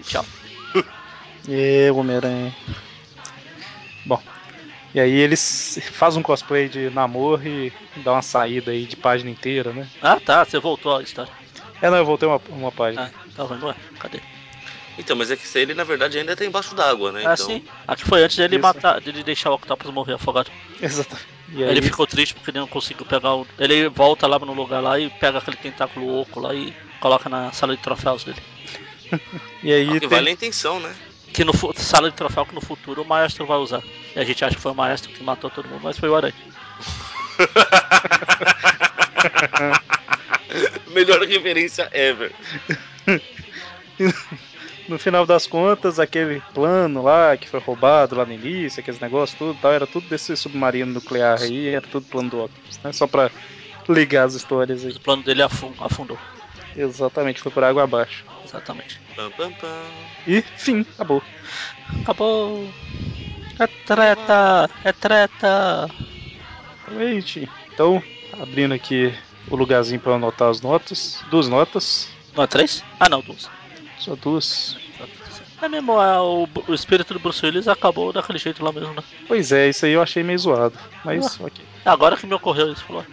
Speaker 3: Tchau.
Speaker 1: É, o Homem-Aranha... Bom, e aí ele s- faz um cosplay de Namor e dá uma saída aí de página inteira, né?
Speaker 3: Ah tá, você voltou à história.
Speaker 1: É, não, eu voltei uma, uma página.
Speaker 3: Ah, tá vendo? Ué, cadê?
Speaker 4: Então, mas é que esse aí, ele na verdade ainda tá embaixo d'água, né?
Speaker 3: Ah,
Speaker 4: então,
Speaker 3: sim. Aqui foi antes dele
Speaker 1: Isso.
Speaker 3: matar, dele deixar o Octopus morrer afogado.
Speaker 1: Exatamente. E
Speaker 4: É
Speaker 3: Ele ficou triste porque ele não conseguiu pegar o. Ele volta lá no lugar lá e pega aquele tentáculo oco lá e coloca na sala de troféus dele.
Speaker 1: E aí
Speaker 4: é o que
Speaker 1: tem-
Speaker 4: vale a intenção, né?
Speaker 3: Que no fu- sala de troféu que no futuro o maestro vai usar. E a gente acha que foi o maestro que matou todo mundo, mas foi o Aranha.
Speaker 4: Melhor referência ever.
Speaker 1: no final das contas, aquele plano lá que foi roubado lá no início, aqueles negócios, tudo e tal, era tudo desse submarino nuclear aí, era tudo plano do Octopus, né? Só pra ligar as histórias aí.
Speaker 3: O plano dele afun- afundou.
Speaker 1: Exatamente, foi por água abaixo.
Speaker 3: Exatamente.
Speaker 4: Pam, pam, pam.
Speaker 1: E fim, acabou.
Speaker 3: Acabou! É treta! É treta!
Speaker 1: Exatamente. Então, abrindo aqui o lugarzinho pra eu anotar as notas. Duas notas.
Speaker 3: Não é três? Ah não, duas.
Speaker 1: Só duas.
Speaker 3: É mesmo, a- o, o espírito do Bruce Willis acabou daquele jeito lá mesmo, né?
Speaker 1: Pois é, isso aí eu achei meio zoado. Mas ok.
Speaker 3: Agora que me ocorreu isso, falou.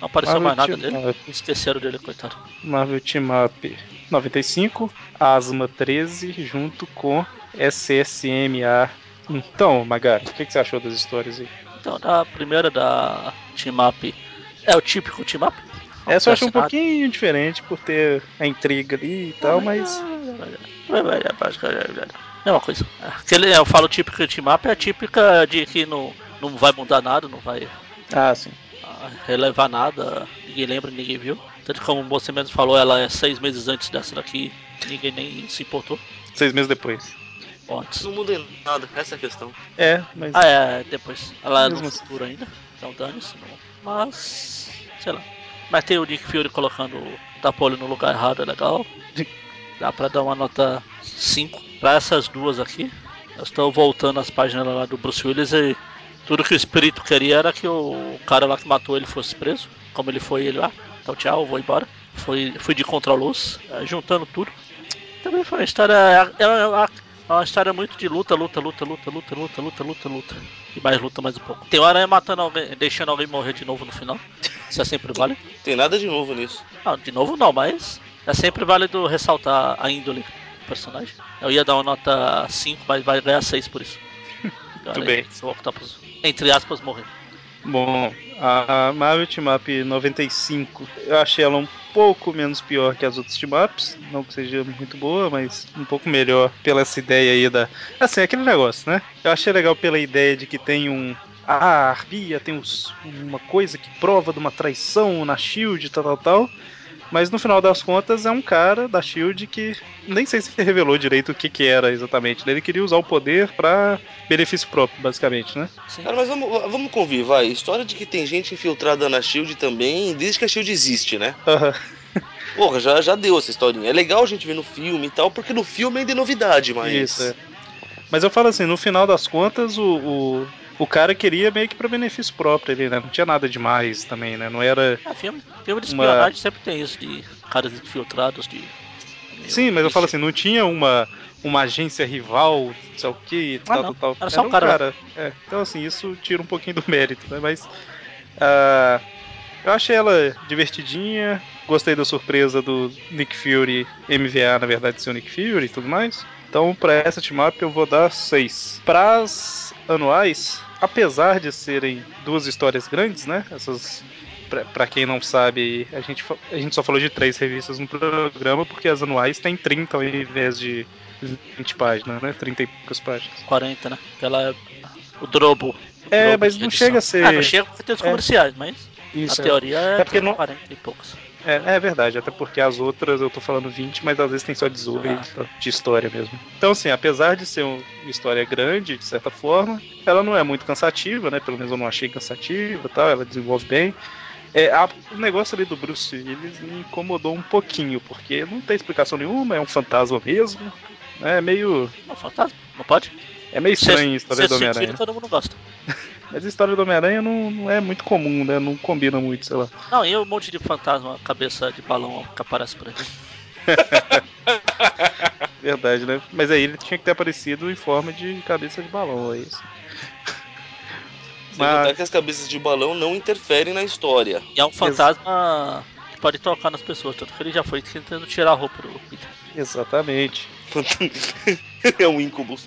Speaker 3: Não apareceu
Speaker 1: Marvel
Speaker 3: Ah, mais nada
Speaker 1: Team
Speaker 3: dele.
Speaker 1: Up,
Speaker 3: Esqueceram dele, coitado.
Speaker 1: Marvel Team Up 95, Asma 13, junto com SSMA. Então, Magari, o que, que você achou das histórias aí?
Speaker 3: Então, a primeira da Team Up é o típico Team Up. Não
Speaker 1: Essa eu acho um
Speaker 3: acontece
Speaker 1: pouquinho diferente por ter a intriga ali e
Speaker 3: nada.
Speaker 1: tal, mas.
Speaker 3: É Mesma coisa. Aquele, eu falo típico Team Up é a típica de que não, não vai mudar nada, não vai
Speaker 1: Ah, sim.
Speaker 3: ah, relevar nada. Ninguém lembra, ninguém viu. Tanto que, como você mesmo falou, ela é seis meses antes dessa daqui. Ninguém nem se importou.
Speaker 1: Seis meses depois.
Speaker 3: Ou antes.
Speaker 4: Isso não muda em nada, essa é a questão.
Speaker 1: É, mas.
Speaker 3: Ah, é, depois. Ela é
Speaker 1: Mesmo
Speaker 3: no
Speaker 1: assim.
Speaker 3: futuro ainda. Então dane-se. não. Mas. Sei lá. Mas tem o Nick Fury colocando o Napoli no lugar errado, é legal. Dá pra dar uma nota 5 pra essas duas aqui. Elas estão voltando às páginas lá do Bruce Willis e tudo que o espírito queria era que o cara lá que matou ele fosse preso. Como ele foi, ele lá. Então tchau, eu vou embora. Fui, fui de contra-luz, eh, juntando tudo. Também foi uma história. É é uma, é uma história muito de luta, luta, luta, luta, luta, luta, luta, luta, luta. E mais luta mais um pouco. Tem hora é matando alguém, deixando alguém morrer de novo no final. Isso é sempre válido.
Speaker 4: Tem nada de novo nisso.
Speaker 3: Não, de novo não, mas é sempre válido ressaltar a índole do personagem. Eu ia dar uma nota 5, mas vai ganhar 6 por isso. Então, Olha aí,
Speaker 1: bem.
Speaker 3: Seu Octopus, entre aspas, morrer.
Speaker 1: Bom, a a Marvel Team Up 95, eu achei ela um pouco menos pior que as outras Team Ups, não que seja muito boa, mas um pouco melhor pela essa ideia aí da... Assim, aquele negócio, né? Eu achei legal pela ideia de que tem um... Ah, a Arvia tem uns- uma coisa que prova de uma traição na SHIELD, tal, tal, tal. Mas no final das contas é um cara da SHIELD que nem sei se revelou direito o que que era exatamente. né? Ele queria usar o poder pra benefício próprio, basicamente, né?
Speaker 3: Sim.
Speaker 4: Cara, mas vamos, vamos convir, vai. História de que tem gente infiltrada na Shield também, desde que a Shield existe, né?
Speaker 1: Aham.
Speaker 4: Porra, já, já deu essa historinha. É legal a gente ver no filme e tal, porque no filme ainda é novidade, mas.
Speaker 1: Isso, é. Mas eu falo assim, no final das contas, o, o, o cara queria meio que pra benefício próprio ali, né? Não tinha nada demais também, né? Não era.
Speaker 3: É, filme, filme de
Speaker 1: Uma-
Speaker 3: espionagem sempre tem isso, de caras infiltrados, de.
Speaker 1: Sim, mas eu falo assim, não tinha uma, uma agência rival, não sei o que,
Speaker 3: Ah,
Speaker 1: tal,
Speaker 3: não.
Speaker 1: tal, tal.
Speaker 3: Era só um cara.
Speaker 1: É, então assim, isso tira um pouquinho do mérito, né? Mas. ah, eu achei ela divertidinha, gostei da surpresa do Nick Fury, MVA, na verdade, ser o Nick Fury e tudo mais. Então, pra essa team up eu vou dar 6. Pras anuais, apesar de serem duas histórias grandes, né? Essas. Pra, pra quem não sabe, a gente, fa- a gente só falou de três revistas no programa, porque as anuais tem 30 ao invés de 20 páginas, né? 30 e poucas páginas.
Speaker 3: 40, né? Aquela é o Drobo. o
Speaker 1: É,
Speaker 3: Drobo
Speaker 1: mas
Speaker 3: de
Speaker 1: não
Speaker 3: edição.
Speaker 1: chega a ser.
Speaker 3: Ah, não chega porque tem os
Speaker 1: É.
Speaker 3: comerciais, mas
Speaker 1: Isso,
Speaker 3: a
Speaker 1: é.
Speaker 3: teoria é,
Speaker 1: É porque não-
Speaker 3: 40 e poucos.
Speaker 1: É, é verdade, até porque as outras eu tô falando 20, mas às vezes tem só 18
Speaker 3: Ah.
Speaker 1: tá, de história mesmo. Então, assim, apesar de ser um- uma história grande, de certa forma, ela não é muito cansativa, né? Pelo menos eu não achei cansativa tal, ela desenvolve bem. É, a- o negócio ali do Bruce Willis me incomodou um pouquinho, porque não tem explicação nenhuma, é um fantasma mesmo. né, É meio.
Speaker 3: Não, fantasma, não pode?
Speaker 1: É meio estranho a história
Speaker 3: Sexto
Speaker 1: do
Speaker 3: sentido
Speaker 1: Homem-Aranha.
Speaker 3: todo mundo gosta.
Speaker 1: Mas a história do Homem-Aranha não, não é muito comum, né? Não combina muito, sei lá.
Speaker 3: Não, e um monte de fantasma, cabeça de balão que aparece por aí.
Speaker 1: Verdade, né? Mas aí ele tinha que ter aparecido em forma de cabeça de balão, é isso.
Speaker 4: Sem
Speaker 1: Mas-
Speaker 4: contar que as cabeças de balão não interferem na história.
Speaker 3: E é um fantasma que pode tocar nas pessoas, tanto que ele já foi tentando tirar a roupa do Peter.
Speaker 1: Exatamente.
Speaker 4: é um incubus.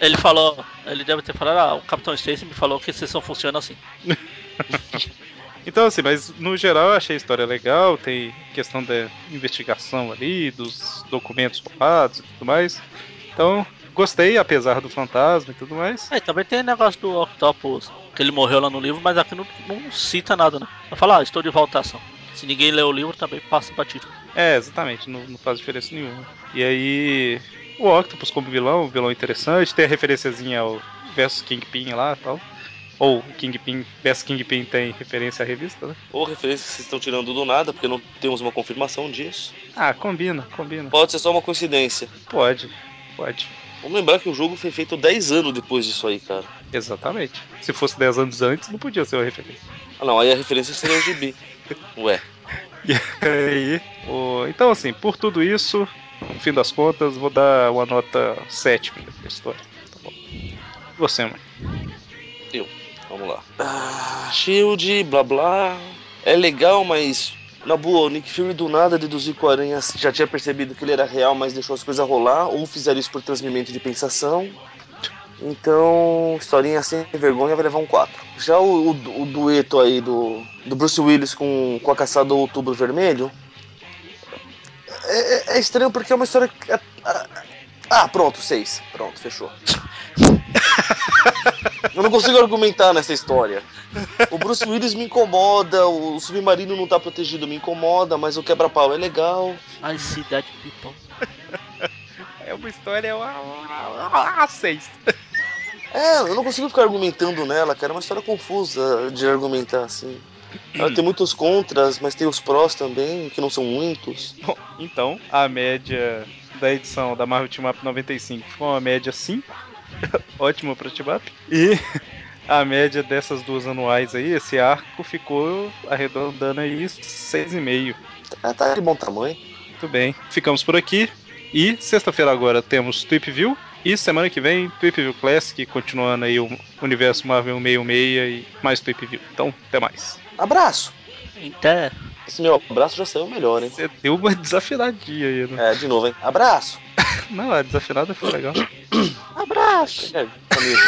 Speaker 3: Ele falou, ele deve ter falado, ah, o Capitão Stacy me falou que vocês só funcionam assim.
Speaker 1: Então, assim, mas no geral eu achei a história legal, tem questão da investigação ali, dos documentos roubados e tudo mais. Então, gostei, apesar do fantasma e tudo mais.
Speaker 3: É, e também tem negócio do Octopus, que ele morreu lá no livro, mas aqui não, não cita nada, né? Vai falar, ah, estou de volta à ação. Se ninguém lê o livro, também passa batido.
Speaker 1: É, exatamente, não, não faz diferença nenhuma. E aí, o Octopus como vilão, um vilão interessante, tem a referenciazinha ao versus Kingpin lá e tal. Ou o Kingpin, versus Kingpin tem referência à revista, né?
Speaker 4: Ou referência que vocês estão tirando do nada, porque não temos uma confirmação disso.
Speaker 1: Ah, combina, combina.
Speaker 4: Pode ser só uma coincidência.
Speaker 1: Pode, pode.
Speaker 4: Vamos lembrar que o jogo foi feito 10 anos depois disso aí, cara.
Speaker 1: Exatamente. Se fosse 10 anos antes, não podia ser uma referência.
Speaker 4: Ah não, aí a referência seria o gibi. Ué.
Speaker 1: E aí, o- então assim, por tudo isso, no fim das contas, vou dar uma nota 7 pra essa história. Tá bom. E Você, mãe.
Speaker 4: Eu. Vamos lá. Ah, Shield, blá blá. É legal, mas. Na boa, o Nick Fury do nada deduziu que o Aranha já tinha percebido que ele era real, mas deixou as coisas rolar, ou fizeram isso por transmimento de pensação. Então, historinha sem vergonha vai levar um 4. Já o, o, o dueto aí do, do Bruce Willis com, com a caçada do Outubro Vermelho é, é- é estranho porque é uma história. que- ah, ah, Ah, pronto, 6. Pronto, fechou. Eu não consigo argumentar nessa história. O Bruce Willis me incomoda, o submarino não tá protegido me incomoda, mas o quebra-pau é legal.
Speaker 3: Ai, cidade pipão.
Speaker 1: É uma história. Ah, 6.
Speaker 4: É, eu não consigo ficar argumentando nela, cara. É uma história confusa de argumentar, assim. Ela tem muitos contras, mas tem os prós também, que não são muitos.
Speaker 1: Bom, então, a média da edição da Marvel Team Up 95 foi uma média 5. Ótimo pra Team Up. E a média dessas duas anuais aí, esse arco ficou arredondando aí 6,5.
Speaker 4: Ela tá de bom tamanho.
Speaker 1: Muito bem. Ficamos por aqui. E sexta-feira agora temos Tweep View. E semana que vem, Tweep View Classic, continuando aí o universo Marvel 66 e mais Tweep View. Então, até mais.
Speaker 4: Abraço!
Speaker 3: Até.
Speaker 4: Esse meu abraço já saiu melhor, hein?
Speaker 1: Você deu uma desafinadinha aí, né?
Speaker 4: É, de novo, hein? Abraço!
Speaker 1: Não, a desafinada foi legal.
Speaker 3: Abraço.
Speaker 4: É, amigo.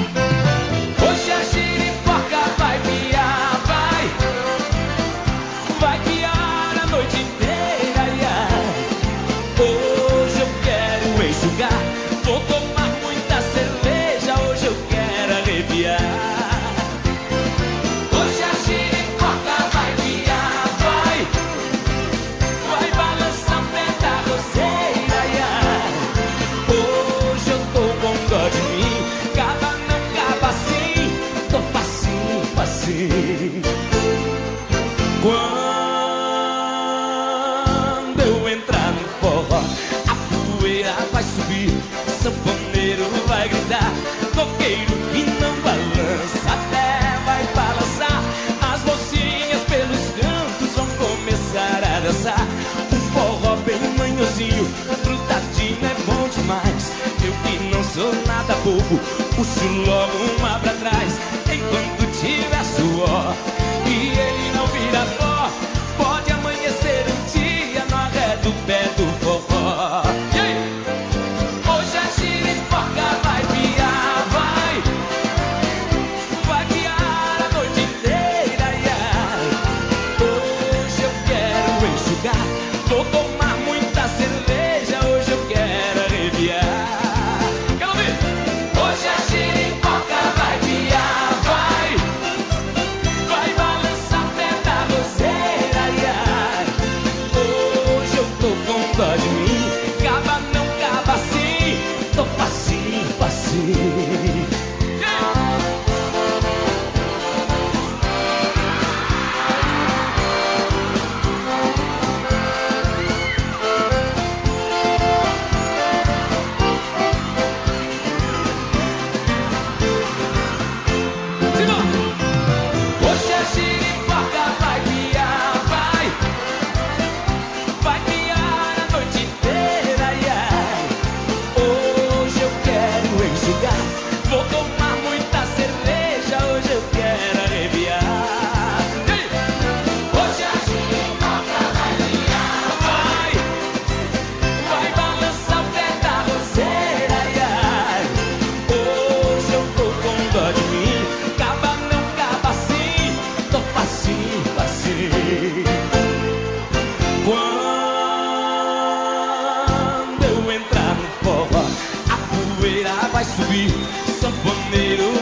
Speaker 5: Hoje a giripoca vai piar, vai Vai piar a noite inteira, ai, ai. Hoje eu quero enxugar Vou tomar muita cerveja, hoje eu quero arrepiar Hoje a giripoca vai piar, vai Vai balançar o pé da roseira, ai, ai. Hoje eu tô com dó de mim. Cava não cava assim, tô facinho, facinho. Quando eu entrar no forró, a poeira vai subir, sanfoneiro vai gritar, coqueiro que não balança, até vai balançar. As mocinhas pelos cantos vão começar a dançar. O forró bem manhozinho, frutadinho é bom demais. Eu que não sou nada bobo, puxo logo uma pra trás. Enquanto tiver suor e ele não vira pó, pode amanhecer um dia no arré do pé do forró. E aí? Hoje é a giripoca vai piar, vai. Vai guiar a noite inteira, ai, ai. Hoje eu quero enxugar, vou tomar muita cerveja, hoje eu quero aliviar. Quero ouvir! Hoje a giripoca vai guiar, vai. Vai balançar até da roseira, ai, ai. Hoje eu tô com dó de mim, cava não cava assim, tô facinho, facinho. Simão! Hoje a giripoca vai guiar, vai Vai guiar a noite inteira, ai, ai. Hoje eu quero enxugar Vou tomar muita cerveja, hoje eu quero aliviar Hoje a giripoca vai guiar, vai Vai balançar o pé da roseira, ai, ai. Hoje eu tô com dó de mim, cava não cava assim, tô facinho, facinho. Quando eu entrar no forró, a poeira vai subir, sanfoneiro um um assim,